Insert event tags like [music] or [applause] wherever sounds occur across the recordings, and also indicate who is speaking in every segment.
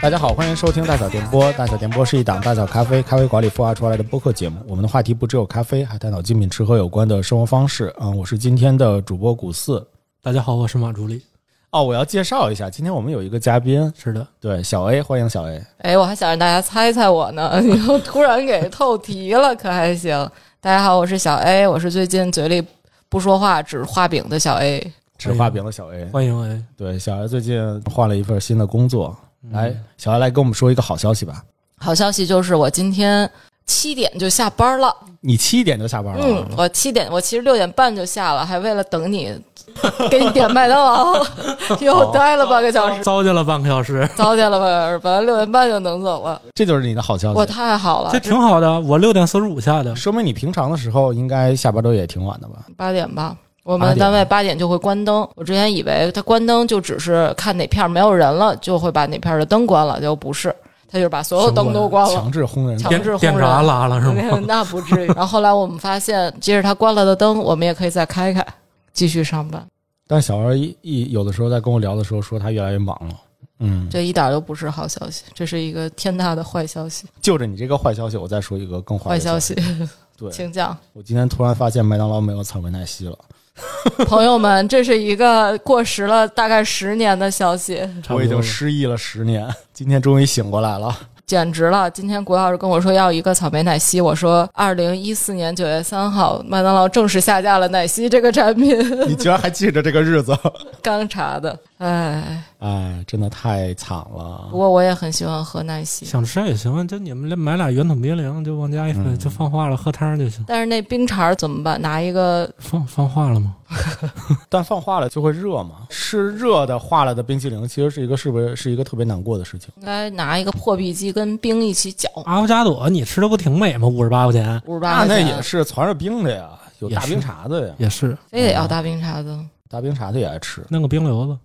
Speaker 1: 大家好，欢迎收听大小电波。大小电波是一档大小咖啡咖啡馆里孵化出来的播客节目。我们的话题不只有咖啡，还探讨精品吃喝有关的生活方式。嗯，我是今天的主播古四。
Speaker 2: 大家好，我是马助理。
Speaker 1: 哦，我要介绍一下，今天我们有一个嘉宾，
Speaker 2: 是的，
Speaker 1: 对小 A，欢迎小 A。
Speaker 3: 哎，我还想让大家猜猜我呢， [laughs] 你又突然给透题了，可还行？大家好，我是小 A，我是最近嘴里不说话只画饼的小 A。
Speaker 1: 只画饼的小 A，、
Speaker 2: 欢迎哎，
Speaker 1: 对小 A 最近换了一份新的工作，来，小 A 来跟我们说一个好消息吧。
Speaker 3: 好消息就是我今天七点就下班了，
Speaker 1: 你七点就下
Speaker 2: 哦
Speaker 1: 班了，
Speaker 3: 嗯，我七点，我其实六点半就下了，还为了等你，给你点麦
Speaker 2: [laughs]
Speaker 3: 当劳，
Speaker 2: 哦
Speaker 3: 又待了半个小时，
Speaker 2: 糟践了半个小
Speaker 3: [laughs]
Speaker 2: 时，
Speaker 3: 糟践了吧？本来六点半就能走了，
Speaker 1: 这就是你的好消
Speaker 3: 我
Speaker 1: 息。
Speaker 3: 太好了
Speaker 2: 这，挺好的。我六点四十五下的，
Speaker 1: 说明你平常的时候应该下班都也挺晚的吧？
Speaker 3: 八点吧。我
Speaker 1: 八
Speaker 3: 们
Speaker 1: 点
Speaker 3: 单位八点就会关灯。我之前以为它关灯就只是看哪片儿没有人了，就会把哪片儿的灯关了，结果不是，它就是把所有灯都关了
Speaker 1: 强。制轰人，
Speaker 3: 强
Speaker 2: 电
Speaker 3: 制轰
Speaker 2: 电
Speaker 3: 人
Speaker 2: 闸啊拉了是吗？
Speaker 3: 那那
Speaker 1: [laughs]
Speaker 3: 不至于。然后后来我们发现，即使它关了的灯，我们也可以再开开，继续上班。
Speaker 1: 但小二一一有的时候在跟我聊的时候说他越来越忙了，嗯，
Speaker 3: 这一点儿都不是好消息，这是一个天大的坏消息。
Speaker 1: 就着你这个坏消息，我再说一个更坏
Speaker 3: 坏
Speaker 1: 的
Speaker 3: 消
Speaker 1: 息。
Speaker 3: 息，
Speaker 1: 对，
Speaker 3: 请讲。 [laughs]
Speaker 1: 我今天突然发现麦当劳没有草莓奶昔了，
Speaker 3: 朋友们，这是一个过时了大概十年的消息，
Speaker 2: 差不多
Speaker 1: 我已经
Speaker 2: 了
Speaker 1: 失忆了十年， [laughs] 今天终于醒过来了。
Speaker 3: 简直了！今天谷老师跟我说要一个草莓奶昔，我说二零一四年九月三号，麦当劳正式下架了奶昔这个产品， [laughs]
Speaker 1: 你居然还记着这个日子，
Speaker 3: 刚查的。哎，
Speaker 1: 哎，真的太惨了
Speaker 3: 不。过我也很喜欢喝奶昔，
Speaker 2: 想吃也行，就你们买俩圆筒冰凉，就往家一
Speaker 1: 嗯
Speaker 2: 分，就放化了，喝汤就行。
Speaker 3: 但是那冰碴儿怎么办？拿一个
Speaker 2: 放放化了吗？
Speaker 1: 但放化了就会热嘛，是热的化了的冰淇淋，其实是一个是不是是一个特别难过的事情？
Speaker 3: 应该拿一个破壁机跟冰一起搅，
Speaker 2: 阿布加朵，你吃的不挺美吗？五十八块钱，
Speaker 3: 五十八
Speaker 1: 那
Speaker 3: 块
Speaker 1: 那
Speaker 3: 钱，
Speaker 1: 也是全是冰的呀，有
Speaker 2: 也
Speaker 1: 大
Speaker 2: 是
Speaker 1: 冰碴子呀，
Speaker 2: 也是
Speaker 3: 非得要大冰碴子。
Speaker 1: 大冰碴子也爱吃。
Speaker 2: 弄个冰瘤子。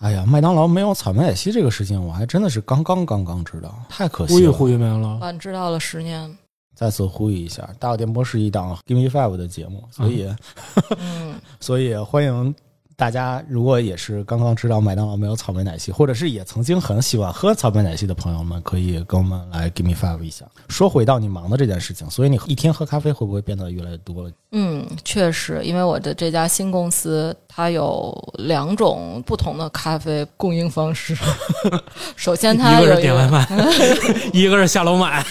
Speaker 1: 哎呀，麦当劳没有草莓奶昔这个事情，我还真的是刚刚刚刚知道，太可
Speaker 2: 呼
Speaker 1: 惜
Speaker 2: 吁
Speaker 1: 了。
Speaker 2: 呼吁麦当劳，
Speaker 3: 晚啊知道了十年，
Speaker 1: 再次呼吁一下，大小电波是一档 Give Me Five 的节目，所以、
Speaker 3: 嗯，
Speaker 1: 所以欢迎大家，如果也是刚刚知道麦当劳没有草莓奶昔，或者是也曾经很喜欢喝草莓奶昔的朋友们，可以跟我们来 Give Me Five 一下。说回到你忙的这件事情，所以你一天喝咖啡会不会变得越来越多了？
Speaker 3: 嗯，确实，因为我的这家新公司，它有两种不同的咖啡供应方式。 [laughs] 首先，它
Speaker 2: 一
Speaker 3: 有
Speaker 2: 个是
Speaker 3: 一
Speaker 2: 点外
Speaker 3: 个
Speaker 2: 卖，
Speaker 3: [laughs]
Speaker 2: 一个是下楼买。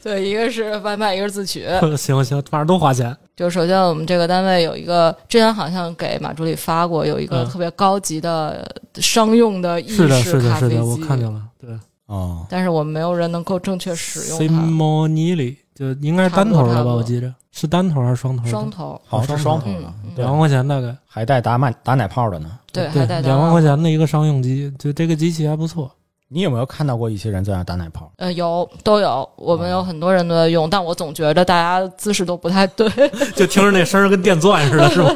Speaker 3: 对，一个是外卖，一个是自取。
Speaker 2: [laughs] 行行，反正都花钱。
Speaker 3: 就首先，我们这个单位有一个，之前好像给马助理发过，有一个
Speaker 2: 嗯
Speaker 3: 特别高级的商用的意
Speaker 2: 是的，是
Speaker 3: 式
Speaker 2: 的，
Speaker 3: 咖
Speaker 2: 是
Speaker 3: 啡机，
Speaker 2: 的，我看见了。对，
Speaker 1: 哦，
Speaker 3: 但是我们没有人能够正确使用
Speaker 2: s i
Speaker 3: 它，
Speaker 2: m o n i l i 就应该是单头
Speaker 3: 差
Speaker 2: 的吧？
Speaker 3: 不多
Speaker 2: 我记着是单头还是双头的？
Speaker 3: 双头，
Speaker 1: 好像是双头
Speaker 3: 嗯
Speaker 1: 的，
Speaker 3: 嗯
Speaker 1: 对
Speaker 2: 两万块钱大概。
Speaker 1: 还带打满打奶泡的呢。
Speaker 3: 对，还
Speaker 2: 对
Speaker 3: 带，
Speaker 2: 两万块。钱的一个商用机，就这个机器还不错。
Speaker 1: 你有没有看到过一些人在那打奶泡？
Speaker 3: 呃，有都有，我们有很多人都在用，但我总觉得大家姿势都不太对。
Speaker 2: [laughs]
Speaker 3: [laughs]
Speaker 2: 就听着那声儿跟电钻似的，是吗？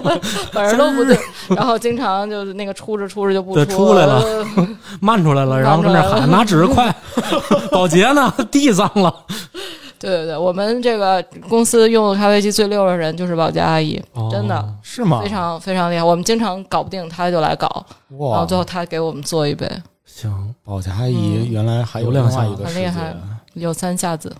Speaker 3: 反
Speaker 2: [laughs]
Speaker 3: 正都不对，然后经常就是那个出着出着就不
Speaker 2: 对
Speaker 3: 出
Speaker 2: 出来了，慢出来了，然后跟那
Speaker 3: 慢出来
Speaker 2: 喊
Speaker 3: 了
Speaker 2: 拿纸快，
Speaker 3: [laughs]
Speaker 2: 保洁呢？地脏了。
Speaker 3: [laughs] 对对对，我们这个公司用的咖啡机最溜的人就是保洁阿姨， [laughs] 真的
Speaker 2: 哦，
Speaker 1: 是吗？
Speaker 3: 非常非常厉害。我们经常搞不定，她就来搞，然
Speaker 1: 哇
Speaker 3: 后最！后她给我们做一杯，
Speaker 2: 行，
Speaker 1: 保洁阿姨
Speaker 3: 嗯
Speaker 1: 原来还有
Speaker 2: 有
Speaker 1: 另
Speaker 2: 亮
Speaker 1: 外
Speaker 2: 相
Speaker 1: 一个
Speaker 3: 很
Speaker 1: 世
Speaker 3: 厉
Speaker 1: 界，
Speaker 3: 害有三
Speaker 2: [laughs]
Speaker 3: 下子，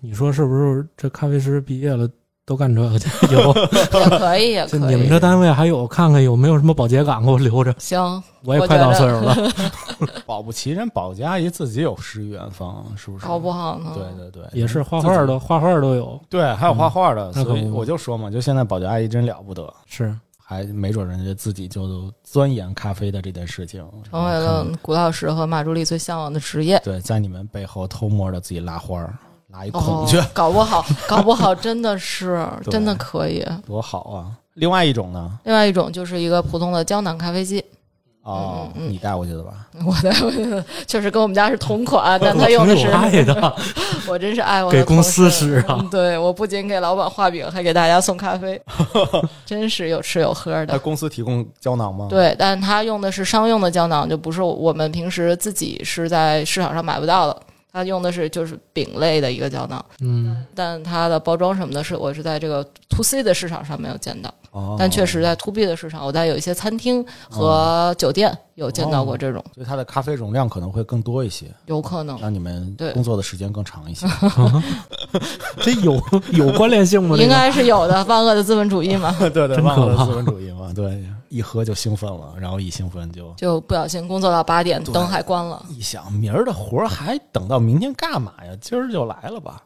Speaker 2: 你说是不是？这咖啡师毕业了都干这个去？
Speaker 3: [laughs]
Speaker 2: 有，
Speaker 3: 也可以，也
Speaker 2: 就
Speaker 3: 可
Speaker 2: 你们
Speaker 3: 以。
Speaker 2: 这单位还有看看有没有什么保洁岗给我留着？
Speaker 3: 行，
Speaker 2: 我也
Speaker 3: 我
Speaker 2: 快
Speaker 3: 觉
Speaker 2: 到
Speaker 3: 得
Speaker 2: 岁数
Speaker 3: [laughs]
Speaker 2: 了，
Speaker 1: [laughs] 保不齐人保洁阿姨自己有诗与远方，是不是？
Speaker 3: 搞不好呢。
Speaker 1: 对对对，
Speaker 2: 也是画画
Speaker 1: 自
Speaker 2: 的，
Speaker 1: 己
Speaker 2: 画画都有。
Speaker 1: 对，还有画画的，
Speaker 2: 那可
Speaker 1: 所以
Speaker 2: 不
Speaker 1: 我就说嘛，就现在保洁阿姨真了不得，
Speaker 2: 是，
Speaker 1: 还没准人家自己就钻研咖啡的这件事情，啊
Speaker 3: 成为了谷老师和马助理最向往的职业。
Speaker 1: 对，在你们背后偷摸的自己拉花儿，拉一孔
Speaker 3: 哦
Speaker 1: 雀，，
Speaker 3: 搞不
Speaker 2: [laughs]
Speaker 3: 好，搞不好真的是
Speaker 1: 对
Speaker 3: 真的可以。
Speaker 1: 多好啊！另外一种呢，
Speaker 3: 另外一种就是一个普通的胶囊咖啡机，
Speaker 1: 哦，
Speaker 3: 嗯嗯嗯
Speaker 1: 你带过去的吧？
Speaker 3: 我的确实跟我们家是同款， [laughs] 但
Speaker 2: 我
Speaker 3: 他用的是
Speaker 2: 挺有爱的，
Speaker 3: 我真是爱我的
Speaker 2: 给公司
Speaker 3: 同事
Speaker 2: 使啊
Speaker 3: 嗯对，我不仅给老板画饼，还给大家送咖
Speaker 2: [laughs]
Speaker 3: 啡，真是有吃有喝
Speaker 1: 在
Speaker 3: 的。
Speaker 1: 公司提供胶囊吗？，
Speaker 3: 对，但他用的是商用的胶囊，就不是我们平时自己是在市场上买不到的。他用的是就是饼类的一个胶囊，
Speaker 2: [laughs] 嗯，
Speaker 3: 但它的包装什么的是我是在这个 to C 的市场上没有见到。
Speaker 1: 哦，
Speaker 3: 但确实在 to B 的市场，我在有一些餐厅和酒店有见到过这种，
Speaker 1: 所以它的咖啡容量可能会更多一些，
Speaker 3: 有可能。
Speaker 1: 让你们
Speaker 3: 嗯对
Speaker 1: 工作的时间更长一些。
Speaker 2: 这有有关联性吗？这个
Speaker 3: 应该是有的，万恶的资本主义嘛，
Speaker 1: [laughs] 对对，
Speaker 2: 真
Speaker 1: 忘
Speaker 2: 可怕
Speaker 1: 了资本主义嘛，对，一喝就兴奋了，然后一兴奋就
Speaker 3: 就不小心工作到八点，
Speaker 1: 对
Speaker 3: 灯还关了。
Speaker 1: 一想，明儿的活儿还等到明天干嘛呀？今儿就来了吧，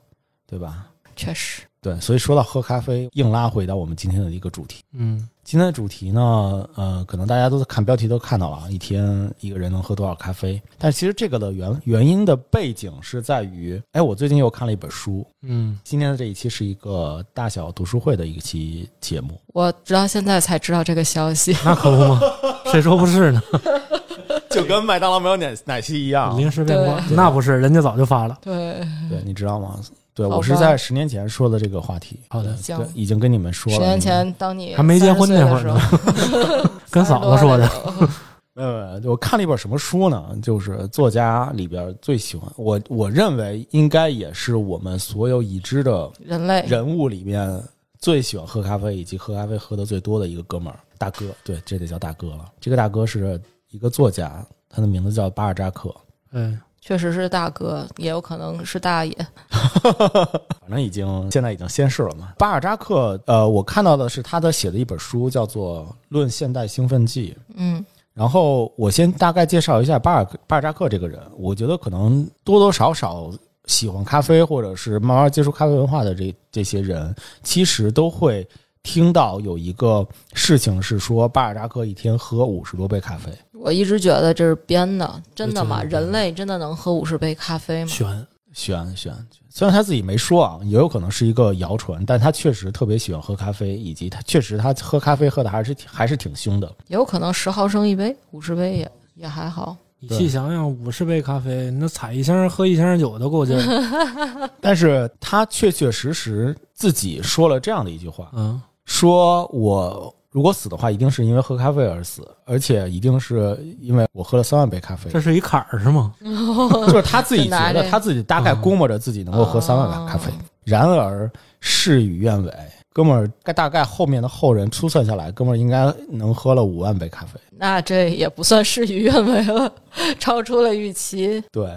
Speaker 1: 对吧？
Speaker 3: 确实，
Speaker 1: 对，所以说到喝咖啡，硬拉回到我们今天的一个主题。
Speaker 2: 嗯，
Speaker 1: 今天的主题呢，呃，可能大家都在看标题都看到了，啊，一天一个人能喝多少咖啡？但其实这个的原原因的背景是在于，哎，我最近又看了一本书，
Speaker 2: 嗯，
Speaker 1: 今天的这一期是一个大小读书会的一期节目，
Speaker 3: 我直到现在才知道这个消息。
Speaker 2: 那可不
Speaker 3: [laughs]
Speaker 2: 嘛，谁说不
Speaker 1: [laughs]
Speaker 2: 是呢？
Speaker 1: 就跟麦当劳没有奶奶昔一样啊
Speaker 2: 临时变卦
Speaker 3: 对，
Speaker 2: 那不是，人家早就发了。
Speaker 3: 对，
Speaker 1: 对，你知道吗？对
Speaker 3: 嗯好吧
Speaker 1: 我是在十年前说的这个话题，
Speaker 2: 好的
Speaker 1: 对，已经跟你们说了。
Speaker 3: 十年前当你
Speaker 2: 还没结婚那会儿
Speaker 3: 30岁的时
Speaker 2: 呢
Speaker 3: 候，
Speaker 2: [laughs] 跟嫂子说的，
Speaker 3: 的。
Speaker 1: 你们，呃，我看了一本什么书呢？就是作家里边最喜欢我，我认为应该也是我们所有已知的
Speaker 3: 人类
Speaker 1: 人物里面最喜欢喝咖啡以及喝咖啡喝的最多的一个哥们儿，大哥，对，这得叫大哥了。这个大哥是一个作家，他的名字叫巴尔扎克，
Speaker 2: 嗯，
Speaker 3: 确实是大哥，也有可能是大爷。
Speaker 1: 反正已经现在已经仙逝了嘛。巴尔扎克，呃，我看到的是他的写的一本书，叫做《论现代兴奋剂》。
Speaker 3: 嗯，
Speaker 1: 然后我先大概介绍一下巴尔巴尔扎克这个人，我觉得可能多多少少喜欢咖啡或者是慢慢接触咖啡文化的这这些人，其实都会听到有一个事情是说巴尔扎克一天喝五十多杯咖啡，
Speaker 3: 我一直觉得这是编的，真的吗？
Speaker 2: 这真的
Speaker 3: 人类真的能喝五十杯咖啡吗？
Speaker 2: 悬，
Speaker 1: 选选。虽然他自己没说啊，也有可能是一个谣传，但他确实特别喜欢喝咖啡，以及他确实他喝咖啡喝的还是挺还是挺凶的。
Speaker 3: [laughs] 也有可能十毫升一杯，五十杯也也还 [laughs] 好。
Speaker 2: 你
Speaker 1: 对
Speaker 2: 细想想，五十杯咖啡，那踩一箱喝一箱酒都够劲
Speaker 3: [laughs]
Speaker 2: 儿。
Speaker 1: 但是他确确实实自己说了这样的一句话，
Speaker 2: 嗯，
Speaker 1: 说我如果死的话，一定是因为喝咖啡而死，而且一定是因为我喝了三万杯咖啡
Speaker 2: 这。是一坎儿是吗？
Speaker 1: 就是他自己
Speaker 3: 就拿
Speaker 1: 觉
Speaker 3: 着
Speaker 1: 得，他自己大概估摸着自己能够喝三万杯咖啡。然而事与愿违，哥们儿大概后面的后人粗算下来，哥们儿应该能喝了五万杯咖啡。
Speaker 3: 那这也不算事与愿违了，超出了预期。
Speaker 1: 对。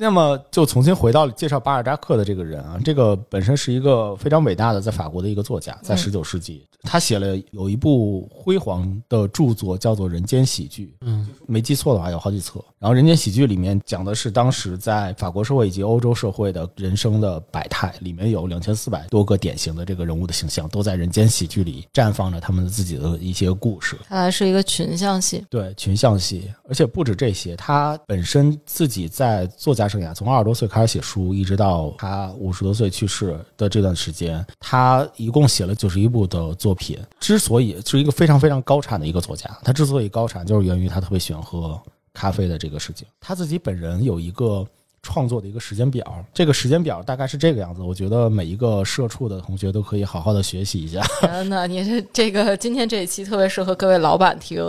Speaker 1: 那么就重新回到介绍巴尔扎克的这个人啊，这个本身是一个非常伟大的，在法国的一个作家，在
Speaker 3: 嗯
Speaker 1: 十九世纪，他写了有一部辉煌的著作叫做《人间喜剧》，
Speaker 2: 嗯，
Speaker 1: 没记错的话有好几册。然后《人间喜剧》里面讲的是当时在法国社会以及欧洲社会的人生的百态，里面有两千四百多个典型的这个人物的形象，都在《人间喜剧》里绽放着他们自己的一些故事。
Speaker 3: 它还是一个群像戏，
Speaker 1: 对群像戏，而且不止这些，他本身自己在作家生涯，从二十多岁开始写书，一直到他五十多岁去世的这段时间，他一共写了九十一部的作品。之所以是一个非常非常高产的一个作家，他之所以高产，就是源于他特别喜欢喝咖啡的这个事情。他自己本人有一个。创作的一个时间表，这个时间表大概是这个样子。我觉得每一个社畜的同学都可以好好的学习一下。
Speaker 3: 天呐，你这这个今天这一期特别适合各位老板 [laughs] 听，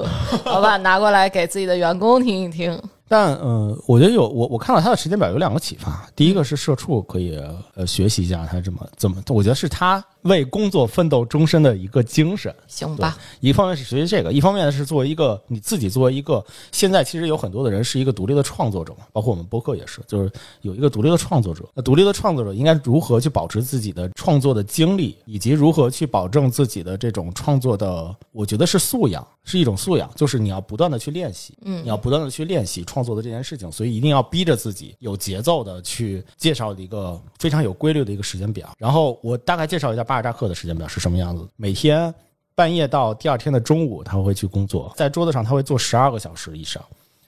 Speaker 3: 老板拿过来给自己的员工听一听。
Speaker 1: 但嗯、呃我觉得有我我看到他的时间表有两个启发，第一个是社畜可以呃学习一下他怎么怎么，我觉得是他为工作奋斗终身的一个精神。
Speaker 3: 行吧，
Speaker 1: 一方面是学习这个，一方面是作为一个你自己作为一个现在其实有很多的人是一个独立的创作者嘛，包括我们播客也是，就是有一个独立的创作者。那独立的创作者应该如何去保持自己的创作的精力，以及如何去保证自己的这种创作的，我觉得是素养，是一种素养，就是你要不断的去练习，
Speaker 3: 嗯
Speaker 1: 你要不断的去练习创作的这件事情，所以一定要逼着自己有节奏的去介绍一个非常有规律的一个时间表。然后我大概介绍一下巴尔扎克的时间表是什么样子，每天。半夜到第二天的中午，他会去工作，在桌子上他会坐十二个小时以上，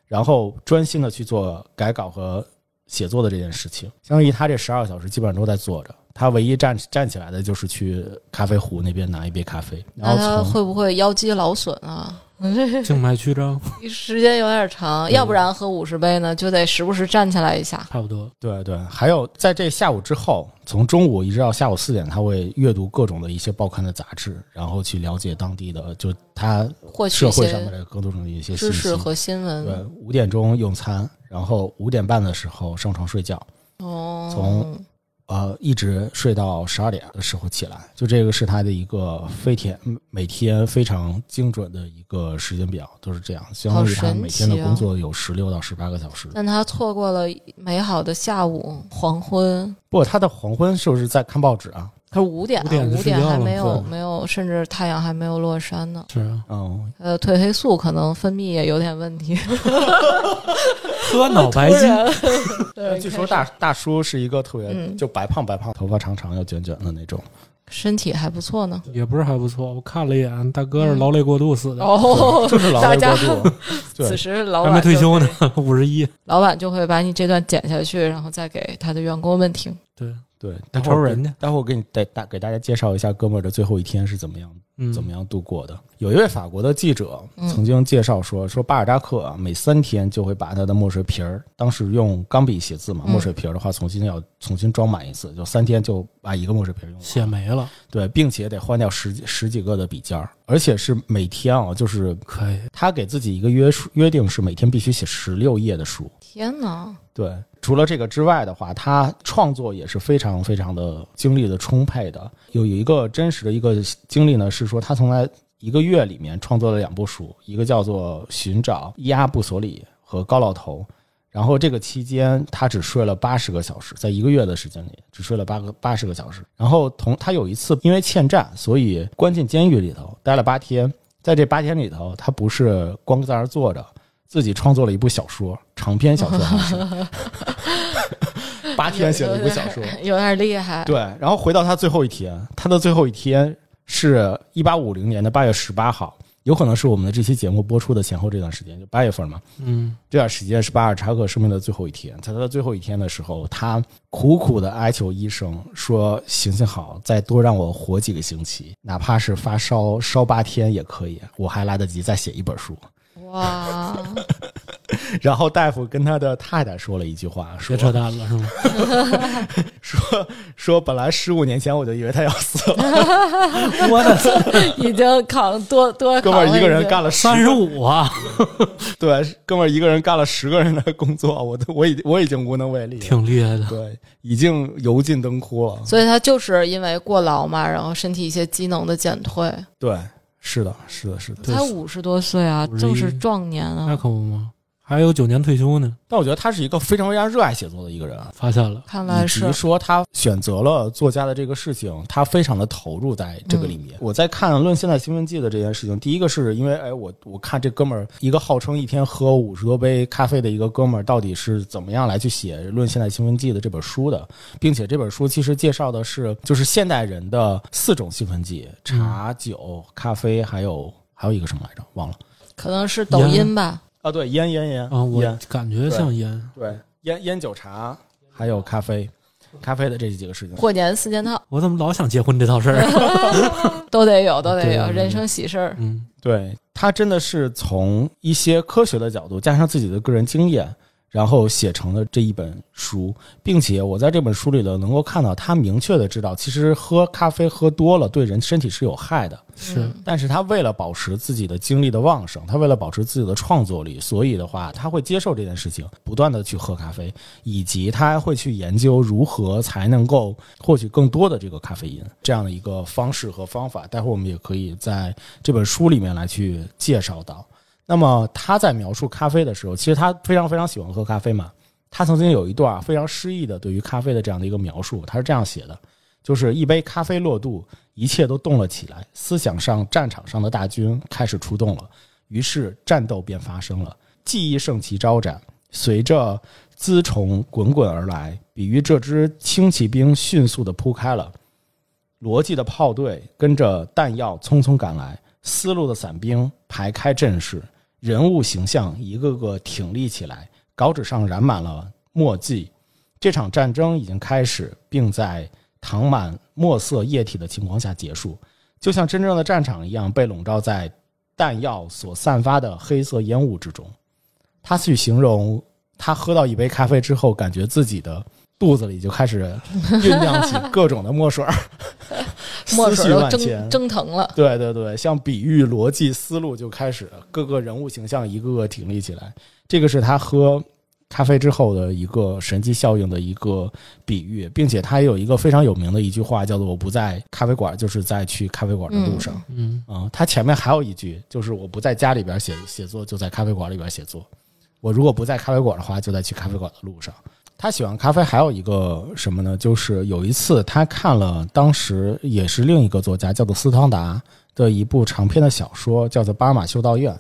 Speaker 1: 然后专心的去做改稿和写作的这件事情。相当于他这十二个小时基本上都在坐着，他唯一站站起来的就是去咖啡壶那边拿一杯咖啡，然
Speaker 3: 那他
Speaker 1: 后从
Speaker 3: 啊会不会腰肌劳损啊？
Speaker 2: 静脉曲张 [laughs]
Speaker 3: 时间有点长，
Speaker 1: 嗯
Speaker 3: 要不然喝五十杯呢，就得时不时站起来一下。
Speaker 2: 差不多。
Speaker 1: 对对，还有在这下午之后，从中午一直到下午四点，他会阅读各种的一些报刊的杂志，然后去了解当地的，就他
Speaker 3: 获取
Speaker 1: 社
Speaker 3: 一
Speaker 1: 会上面
Speaker 3: 些
Speaker 1: 的各种的一些信
Speaker 3: 知识
Speaker 1: 息。
Speaker 3: 和新
Speaker 1: 对
Speaker 3: 闻。，
Speaker 1: 五点钟用餐，然后五点半的时候上床睡觉，
Speaker 3: 哦，
Speaker 1: 从呃，一直睡到十二点的时候起来，就这个是他的一个飞天每天非常精准的一个时间表，都是这样，相当于他每天的
Speaker 3: 哦
Speaker 1: 工作有十六到十八个小时。
Speaker 3: 但他错过了美好的下午、黄昏，
Speaker 1: 不过他的黄昏是不是在看报纸啊？
Speaker 3: 可是五点啊
Speaker 2: 五点就
Speaker 3: 五
Speaker 2: 睡觉
Speaker 3: 点
Speaker 2: 了
Speaker 3: 还没有
Speaker 1: 是
Speaker 3: 没有，甚至太阳还没有落山呢。
Speaker 2: 是啊，
Speaker 1: 嗯，
Speaker 3: 呃，褪黑素可能分泌也有点
Speaker 1: [laughs]
Speaker 3: 问题。
Speaker 2: 喝脑白 [laughs] 金，
Speaker 3: [laughs] 对
Speaker 1: 呃据说大大叔是一个特别
Speaker 3: 嗯
Speaker 1: 就白胖白胖，头发长长又卷卷的那种。
Speaker 3: 身体还不错呢。
Speaker 2: 也不是还不错。我看了一眼，大哥是劳累过度死的，
Speaker 3: 哦，
Speaker 1: [laughs] 就是劳累
Speaker 3: 大
Speaker 1: 过
Speaker 3: 家 [laughs]
Speaker 1: 度，对
Speaker 3: 此，时老
Speaker 2: 还
Speaker 3: 板
Speaker 2: 没退
Speaker 3: 就
Speaker 2: 休呢
Speaker 3: 会，
Speaker 2: 五十一。
Speaker 3: 老板就会把你这段剪下去，然后再给他的员工们听。
Speaker 2: 对，
Speaker 1: 对，待
Speaker 2: 你
Speaker 1: 会儿
Speaker 2: 瞅
Speaker 1: 我给
Speaker 2: 人家，
Speaker 1: 待会儿我给你带大给大家介绍一下哥们儿的最后一天是怎么样
Speaker 2: 嗯，
Speaker 1: 怎么样度过的。有一位法国的记者
Speaker 3: 嗯
Speaker 1: 曾经介绍说，说巴尔扎克啊，每三天就会把他的墨水瓶儿，当时用钢笔写字嘛，
Speaker 3: 嗯
Speaker 1: 墨水瓶儿的话重新要重新装满一次，就三天就把一个墨水瓶儿用完。
Speaker 2: 写没了，
Speaker 1: 对，并且得换掉十几十几个的笔尖儿，而且是每天啊，就是
Speaker 2: 可以。
Speaker 1: 他给自己一个约束约定是每天必须写十六页的书。
Speaker 3: 天哪，
Speaker 1: 对，除了这个之外的话，他创作也是非常非常的精力的充沛的。有有一个真实的一个经历呢，是说他从来一个月里面创作了两部书，一个叫做《寻找伊阿布索里》和《高老头》。然后这个期间，他只睡了八十个小时，在一个月的时间里，只睡了八个八十个小时。然后同他有一次因为欠债，所以关进监狱里头待了八天。在这八天里头，他不是光在那儿坐着，自己创作了一部小说，长篇小说好像是，八天写了一部小说。 [laughs]
Speaker 3: [laughs] 有点厉害。
Speaker 1: 对，然后回到他最后一天，他的最后一天是一八五零年的八月十八号，有可能是我们的这期节目播出的前后这段时间，就八月份嘛。
Speaker 2: 嗯，
Speaker 1: 这段时间是巴尔扎克生命的最后一天，在他的最后一天的时候，他苦苦的哀求医生说：“行行好，再多让我活几个星期，哪怕是发烧烧八天也可以，我还来得及再写一本书。 [laughs]
Speaker 3: 哇，”
Speaker 1: 然后大夫跟他的太太说了一句话，说
Speaker 2: 别扯淡了，是吗？
Speaker 1: 说说本来十五年前我就以为他要死了，
Speaker 2: [laughs] 我 [laughs] 的
Speaker 3: 已经扛
Speaker 1: [laughs]
Speaker 3: 多多
Speaker 1: 哥
Speaker 3: 扛
Speaker 1: 们
Speaker 3: 了
Speaker 1: 儿一个人
Speaker 3: 经
Speaker 1: 干了
Speaker 2: 三
Speaker 1: 十
Speaker 2: 十五啊！
Speaker 1: 对，哥们儿一个人干了十个人的工作，我都我已我已经无能为力了，
Speaker 2: [laughs] 挺厉害的，
Speaker 1: 对，已经油尽灯枯了。
Speaker 3: 所以他就是因为过劳嘛，然后身体一些机能的减退，
Speaker 1: 对，是的，是的，是的。
Speaker 2: 对
Speaker 3: 才五十多岁啊，
Speaker 2: 51
Speaker 3: 正是壮年
Speaker 2: 那
Speaker 3: 啊！
Speaker 2: 可不嘛，还有九年退休呢，
Speaker 1: 但我觉得他是一个非常非常热爱写作的一个人，啊
Speaker 2: 发现了，
Speaker 3: 看来
Speaker 1: 以及
Speaker 3: 是
Speaker 1: 说他选择了作家的这个事情，他非常的投入在这个里面。我在看《论现代兴奋剂》的这件事情，第一个是因为，哎，我我看这哥们儿一个号称一天喝五十多杯咖啡的一个哥们儿，到底是怎么样来去写《论现代兴奋剂》的这本书的，并且这本书其实介绍的是就是现代人的四种兴奋剂：茶、酒、咖啡，还有还有一个什么来着，忘了
Speaker 3: 可能是抖音吧，
Speaker 1: 啊，对，烟烟烟
Speaker 2: 啊，我
Speaker 1: 烟
Speaker 2: 感觉像烟，
Speaker 1: 对，烟烟酒茶还有咖啡，咖啡的这几个事情。
Speaker 3: 过年四件套
Speaker 2: 我怎么老想结婚这套事 [laughs] 儿？
Speaker 3: 都得有，都得
Speaker 2: 对
Speaker 3: 有，
Speaker 2: 对对
Speaker 3: 人生喜事儿。
Speaker 2: 嗯，
Speaker 1: 对他真的是从一些科学的角度，加上自己的个人经验，然后写成了这一本书，并且我在这本书里头能够看到，他明确的知道，其实喝咖啡喝多了对人身体是有害的。
Speaker 2: 是
Speaker 3: 嗯
Speaker 1: 但是他为了保持自己的精力的旺盛，他为了保持自己的创作力，所以的话，他会接受这件事情，不断的去喝咖啡，以及他还会去研究如何才能够获取更多的这个咖啡因这样的一个方式和方法。待会儿我们也可以在这本书里面来去介绍到。那么他在描述咖啡的时候，其实他非常非常喜欢喝咖啡嘛。他曾经有一段非常诗意的对于咖啡的这样的一个描述，他是这样写的：就是一杯咖啡落肚，一切都动了起来，思想上战场上的大军开始出动了，于是战斗便发生了。记忆盛旗招展，随着辎重滚滚而来，比喻这支轻骑兵迅速地铺开了。逻辑的炮队跟着弹药匆匆赶来，思路的伞兵排开阵势，人物形象一个个挺立起来，稿纸上染满了墨迹。这场战争已经开始，并在淌满墨色液体的情况下结束，就像真正的战场一样，被笼罩在弹药所散发的黑色烟雾之中。他去形容他喝到一杯咖啡之后，感觉自己的肚子里就开始酝酿起各种的墨水儿， [laughs]
Speaker 3: 墨
Speaker 1: 思
Speaker 3: 水
Speaker 1: 绪
Speaker 3: 都
Speaker 1: 万千
Speaker 3: 蒸。蒸腾了，
Speaker 1: 对对对，像比喻、逻辑、思路就开始各个人物形象一个个挺立起来。这个是他喝咖啡之后的一个神奇效应的一个比喻，并且它也有一个非常有名的一句话，叫做“我不在咖啡馆，就是在去咖啡馆的路上”
Speaker 2: 嗯，
Speaker 1: 啊、它前面还有一句，就是“我不在家里边写写作，就在咖啡馆里边写作”。我如果不在咖啡馆的话，就在去咖啡馆的路上。他喜欢咖啡，还有一个什么呢？就是有一次他看了当时也是另一个作家叫做斯汤达的一部长篇的小说，叫做《巴马修道院》。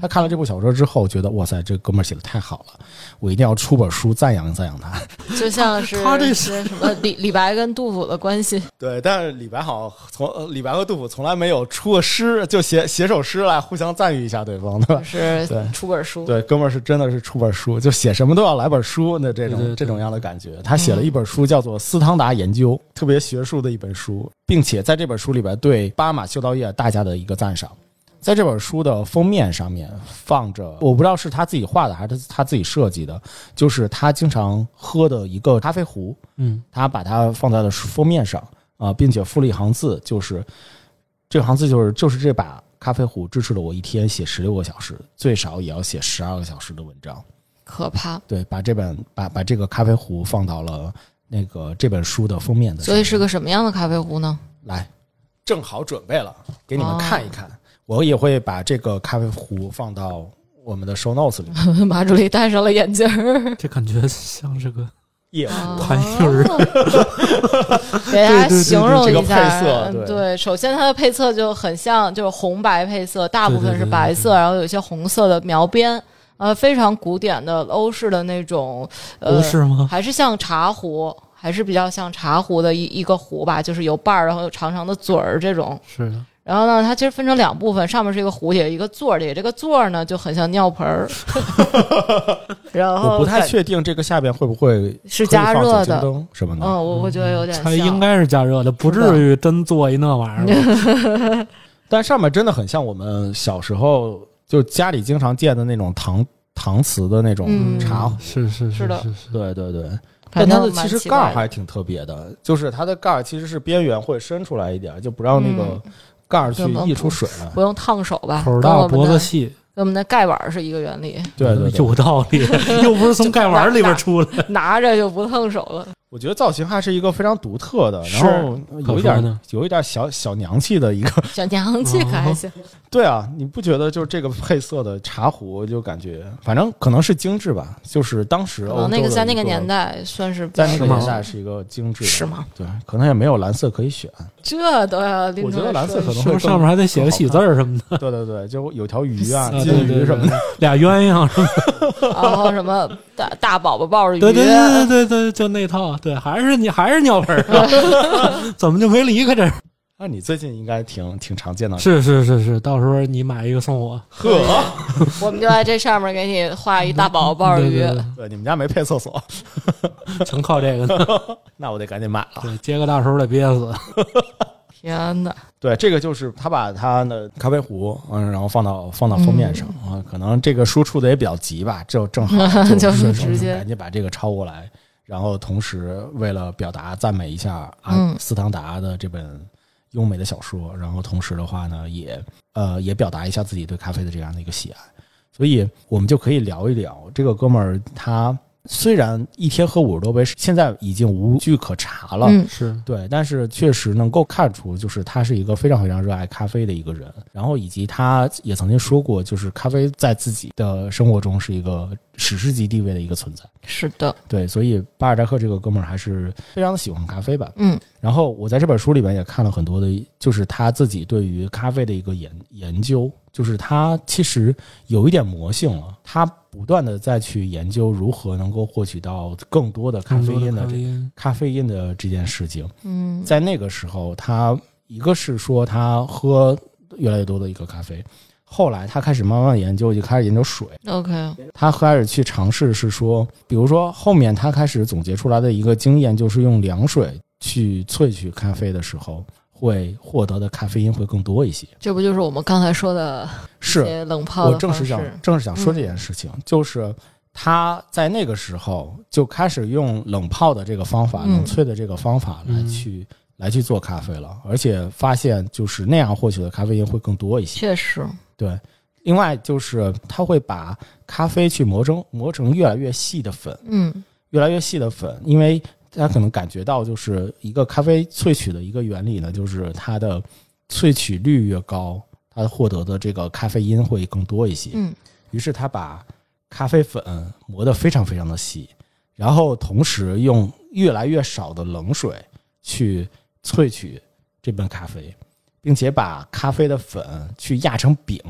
Speaker 1: 他看了这部小说之后，觉得哇塞，这哥们儿写的太好了，我一定要出本书赞扬赞扬他。
Speaker 3: 就像是
Speaker 2: 他这
Speaker 3: 是什么李李白跟杜甫的关系，
Speaker 1: [laughs] 对，但是李白好像从呃李白和杜甫从来没有出过诗，就写写首诗来互相赞誉一下对方，对吧
Speaker 3: 就？是
Speaker 1: 对
Speaker 3: 出本书，
Speaker 1: 对，哥们儿是真的是出本书，就写什么都要来本书那这种
Speaker 2: 对对对嗯
Speaker 1: 这种样的感觉。他写了一本书，叫做《斯汤达研究》，特别学术的一本书，并且在这本书里边对巴马修道院大家的一个赞赏。在这本书的封面上面放着，我不知道是他自己画的还是他自己设计的，就是他经常喝的一个咖啡壶。
Speaker 2: 嗯，
Speaker 1: 他把它放在了书封面上啊、并且附了一行字，就是这行字就是就是这把咖啡壶支持了我一天写十六个小时，最少也要写十二个小时的文章。
Speaker 3: 可怕。
Speaker 1: 对，把这本把把这个咖啡壶放到了那个这本书的封面的上
Speaker 3: 所
Speaker 1: 面，
Speaker 3: 以是个什么样的咖啡壶呢？ [laughs]
Speaker 1: 来，正好准备了，给你们
Speaker 3: 哦
Speaker 1: 看一看。我也会把这个咖啡壶放到我们的 show notes 里面，
Speaker 3: 马助理戴上了眼镜儿，
Speaker 2: 嗯这感觉像是个
Speaker 1: 夜壶。
Speaker 3: 哦
Speaker 2: 玩意儿
Speaker 3: 给大家形容
Speaker 1: 对对对这个
Speaker 3: 一
Speaker 1: 配
Speaker 3: 下
Speaker 1: 色，对
Speaker 3: 嗯对，首先它的配色就很像，就是红白配色，大部分是白
Speaker 2: 对对对对
Speaker 3: 色，
Speaker 2: 对
Speaker 3: 然后有一些红色的描边，呃，非常古典的欧式的那种，呃
Speaker 2: 不，是吗？
Speaker 3: 还是像茶壶，还是比较像茶壶的一一个壶吧，就是有把儿，然后有长长的嘴儿这种。
Speaker 2: 是的，
Speaker 3: 然后呢，它其实分成两部分，上面是一个壶底，有一个座儿底，这个座儿呢就很像尿
Speaker 1: [laughs]
Speaker 3: 盆儿，然后
Speaker 1: 我不太
Speaker 3: 感
Speaker 1: 确定这个下边会不会
Speaker 3: 哦是加
Speaker 1: 可以放
Speaker 3: 热
Speaker 1: 酒精
Speaker 3: 的，
Speaker 1: 灯什么
Speaker 3: 嗯，
Speaker 1: 的。
Speaker 3: 我我觉得有点
Speaker 2: 它
Speaker 3: 像，
Speaker 2: 应该是加热的，不至于真做一那玩意儿
Speaker 3: [laughs]
Speaker 2: 吧。
Speaker 1: 但上面真的很像我们小时候就家里经常见的那种搪搪瓷的那种
Speaker 3: 嗯
Speaker 1: 茶壶。
Speaker 2: 是是
Speaker 3: 是的
Speaker 2: 是是，
Speaker 1: 对对对，但
Speaker 3: 反
Speaker 1: 它
Speaker 3: 正
Speaker 1: 的
Speaker 3: 蛮
Speaker 1: 其实
Speaker 3: 奇
Speaker 1: 盖
Speaker 3: 怪
Speaker 1: 儿
Speaker 3: 的
Speaker 1: 还挺特别的，就是它的盖儿其实是边缘会伸出来一点，就不让那个盖儿去
Speaker 3: 就能
Speaker 1: 溢出水
Speaker 2: [laughs]
Speaker 1: 来。
Speaker 3: 嗯不用烫手吧？
Speaker 2: 口儿
Speaker 3: 跟
Speaker 2: 大
Speaker 3: 我们
Speaker 2: 脖
Speaker 3: 的
Speaker 2: 子细，
Speaker 3: 跟我们的盖碗儿是一个原理， [laughs]
Speaker 1: 对对对，
Speaker 2: 有道理，又不是从盖碗里边出来。
Speaker 3: 拿着就不烫手了。
Speaker 1: 我觉得造型还是一个非常独特的，然
Speaker 2: 是
Speaker 1: 后有一
Speaker 2: 可说
Speaker 1: 点
Speaker 2: 呢
Speaker 1: 有一点小小娘气的一个。 [laughs]
Speaker 3: 小娘气可还行，
Speaker 1: 对啊，你不觉得就是这个配色的茶壶就感觉，反正可能是精致吧，就是当时
Speaker 3: 可
Speaker 1: 欧
Speaker 3: 能那
Speaker 1: 洲
Speaker 3: 个
Speaker 1: 的
Speaker 3: 在
Speaker 1: 一
Speaker 3: 那个年，代算是比
Speaker 1: 在
Speaker 3: 较
Speaker 1: 那个
Speaker 2: 是吗
Speaker 1: 年代是一个精致的
Speaker 3: 是吗？
Speaker 1: 对，可能也没有蓝色可以选。
Speaker 3: 这都要拎
Speaker 1: 我觉
Speaker 3: 出
Speaker 1: 得
Speaker 3: 来
Speaker 1: 蓝色
Speaker 3: 说一
Speaker 1: 可能
Speaker 3: 说
Speaker 2: 是
Speaker 1: 会
Speaker 2: 不是上面还得写个喜字儿什么的？
Speaker 1: 对对对，就有条鱼
Speaker 2: [laughs]
Speaker 1: 啊、
Speaker 2: 啊
Speaker 1: 金鱼什么的。
Speaker 2: 的，俩鸳鸯
Speaker 3: [laughs]
Speaker 2: 什么的。
Speaker 3: 然后什么大大宝宝抱着鱼，
Speaker 2: 对对对对对对，就那套。对，还是你还是尿盆儿，啊
Speaker 3: [laughs]
Speaker 2: [laughs] 怎么就没离开这儿？
Speaker 1: 那你最近应该挺挺常见的，
Speaker 2: 是是是是，到时候你买一个送我。
Speaker 1: 呵，
Speaker 3: 我们就在这上面给你画一大宝宝抱着
Speaker 2: 对
Speaker 3: 鱼。
Speaker 2: 对
Speaker 1: 对，你们家没配厕所，
Speaker 2: 对，全靠这个呢。
Speaker 1: 那我得赶紧买了。
Speaker 2: 对，接个大手得憋死。
Speaker 3: 天哪，
Speaker 1: 对，这个就是他把他的咖啡壶，嗯，然后放到放到封面上啊、可能这个输出的也比较急吧，就正好
Speaker 3: 嗯 [laughs] 就
Speaker 1: 顺
Speaker 3: 是
Speaker 1: 手
Speaker 3: 直接
Speaker 1: 赶紧把这个抄过来，然后同时为了表达赞美一下阿、
Speaker 3: 嗯
Speaker 1: 斯汤达的这本优美的小说，然后同时的话呢，也呃也表达一下自己对咖啡的这样的一个喜爱，所以我们就可以聊一聊这个哥们儿他。虽然一天喝五十多杯，现在已经无据可查了，
Speaker 2: [laughs]
Speaker 3: 嗯，
Speaker 2: 是，
Speaker 1: 对，但是确实能够看出，就是他是一个非常非常热爱咖啡的一个人，然后以及他也曾经说过，就是咖啡在自己的生活中是一个史诗级地位的一个存在。
Speaker 3: 是的，
Speaker 1: 对，所以巴尔扎克这个哥们儿还是非常的喜欢咖啡吧。
Speaker 3: 嗯，
Speaker 1: 然后我在这本书里面也看了很多的，就是他自己对于咖啡的一个研研究，就是他其实有一点魔性了，他不断的再去研究如何能够获取到更多的咖啡因的
Speaker 2: 咖啡
Speaker 1: 这
Speaker 2: 因
Speaker 1: 咖啡因的这件事情。
Speaker 3: 嗯，
Speaker 1: 在那个时候，他一个是说他喝越来越多的一个咖啡，后来他开始慢慢地研究，就开始研究水，
Speaker 3: 嗯 OK，
Speaker 1: 他开始去尝试是说，比如说后面他开始总结出来的一个经验，就是用凉水去萃取咖啡的时候，会获得的咖啡因会更多一些。
Speaker 3: 这不就是我们刚才说的一
Speaker 1: 是
Speaker 3: 些冷泡的
Speaker 1: 我正
Speaker 3: 方
Speaker 1: 是想
Speaker 3: 式嗯
Speaker 1: 正是想说这件事情，就是。他在那个时候就开始用冷泡的这个方法、
Speaker 3: 嗯
Speaker 1: 冷萃的这个方法来
Speaker 2: 嗯
Speaker 1: 去、来去做咖啡了，而且发现就是那样获取的咖啡因会更多一些。
Speaker 3: 确实，
Speaker 1: 对，另外就是它会把咖啡去磨成磨成越来越细的粉，
Speaker 3: 嗯
Speaker 1: 越来越细的粉，因为大家可能感觉到，就是一个咖啡萃取的一个原理呢，就是它的萃取率越高，它获得的这个咖啡因会更多一些。
Speaker 3: 嗯
Speaker 1: 于是他把咖啡粉磨得非常非常的细，然后同时用越来越少的冷水去萃取这杯咖啡，并且把咖啡的粉去压成饼，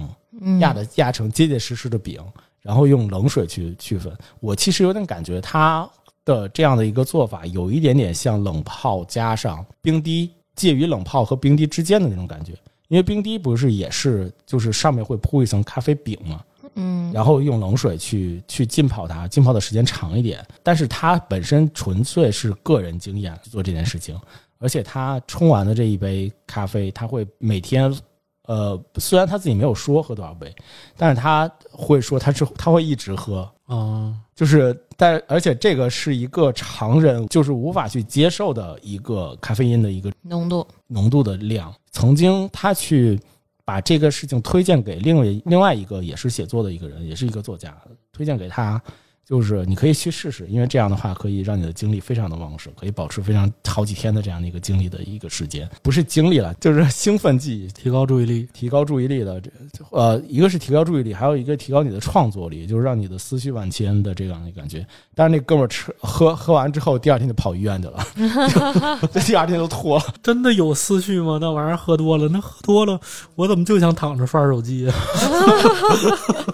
Speaker 3: 嗯，
Speaker 1: 压的压成结结实实的饼，然后用冷水去去粉。我其实有点感觉它的这样的一个做法，有一点点像冷泡加上冰滴，介于冷泡和冰滴之间的那种感觉。因为冰滴不是也是就是上面会铺一层咖啡饼嘛，
Speaker 3: 嗯
Speaker 1: 然后用冷水去去浸泡它，浸泡的时间长一点。但是它本身纯粹是个人经验去做这件事情，而且他冲完的这一杯咖啡，他会每天，呃，虽然他自己没有说喝多少杯，但是他会说他是他会一直喝，
Speaker 2: 啊，
Speaker 1: 就是但而且这个是一个常人就是无法去接受的一个咖啡因的一个
Speaker 3: 浓度，
Speaker 1: 浓度的量。曾经他去把这个事情推荐给另外另外一个也是写作的一个人，也是一个作家，推荐给他，就是你可以去试试，因为这样的话可以让你的精力非常的旺盛，可以保持非常好几天的这样的一个精力的一个时间，不是精力了，就是兴奋剂。
Speaker 2: 提高注意力，
Speaker 1: 提高注意力的，这呃，一个是提高注意力，还有一个提高你的创作力，就是让你的思绪万千的这样的感觉。但是那哥们儿吃喝喝完之后，第二天就跑医院去了， [laughs] 就第二天就吐了。
Speaker 2: [laughs] 真的有思绪吗？那玩意儿喝多了，那喝多了，我怎么就想躺着刷手机啊？ [laughs]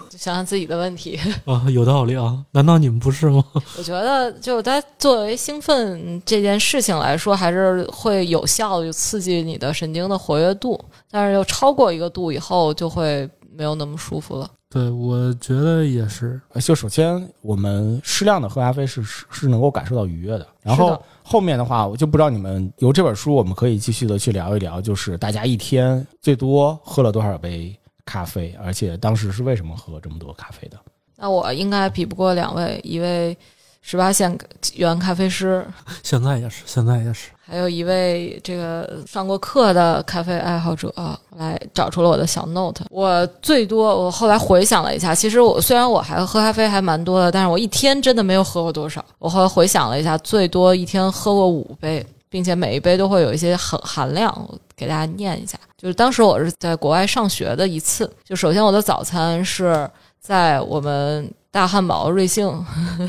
Speaker 3: 就想想自己的问题。
Speaker 2: 啊，有道理啊，难道你们不是吗？
Speaker 3: 我觉得，就它作为兴奋这件事情来说，还是会有效的刺激你的神经的活跃度，但是又超过一个度以后，就会没有那么舒服了。
Speaker 2: [laughs] 对，我觉得也是。
Speaker 1: 呃就首先我们适量的喝咖啡是是是能够感受到愉悦的。然
Speaker 3: 是
Speaker 1: 后
Speaker 3: 的
Speaker 1: 后面的话，我就不知道你们由这本书，我们可以继续的去聊一聊，就是大家一天最多喝了多少杯咖啡，而且当时是为什么喝这么多咖啡的？
Speaker 3: 那我应该比不过两位，一位十八线原咖啡师，
Speaker 2: 现在也是，现在也是。
Speaker 3: 还有一位这个上过课的咖啡爱好者，来找出了我的小 note。我最多，我后来回想了一下，其实我虽然我还喝咖啡还蛮多的，但是我一天真的没有喝过多少。我后来回想了一下，最多一天喝过五杯，并且每一杯都会有一些含含量。我给大家念一下，就是当时我是在国外上学的一次，就首先我的早餐是在我们大汉堡瑞幸。 [laughs]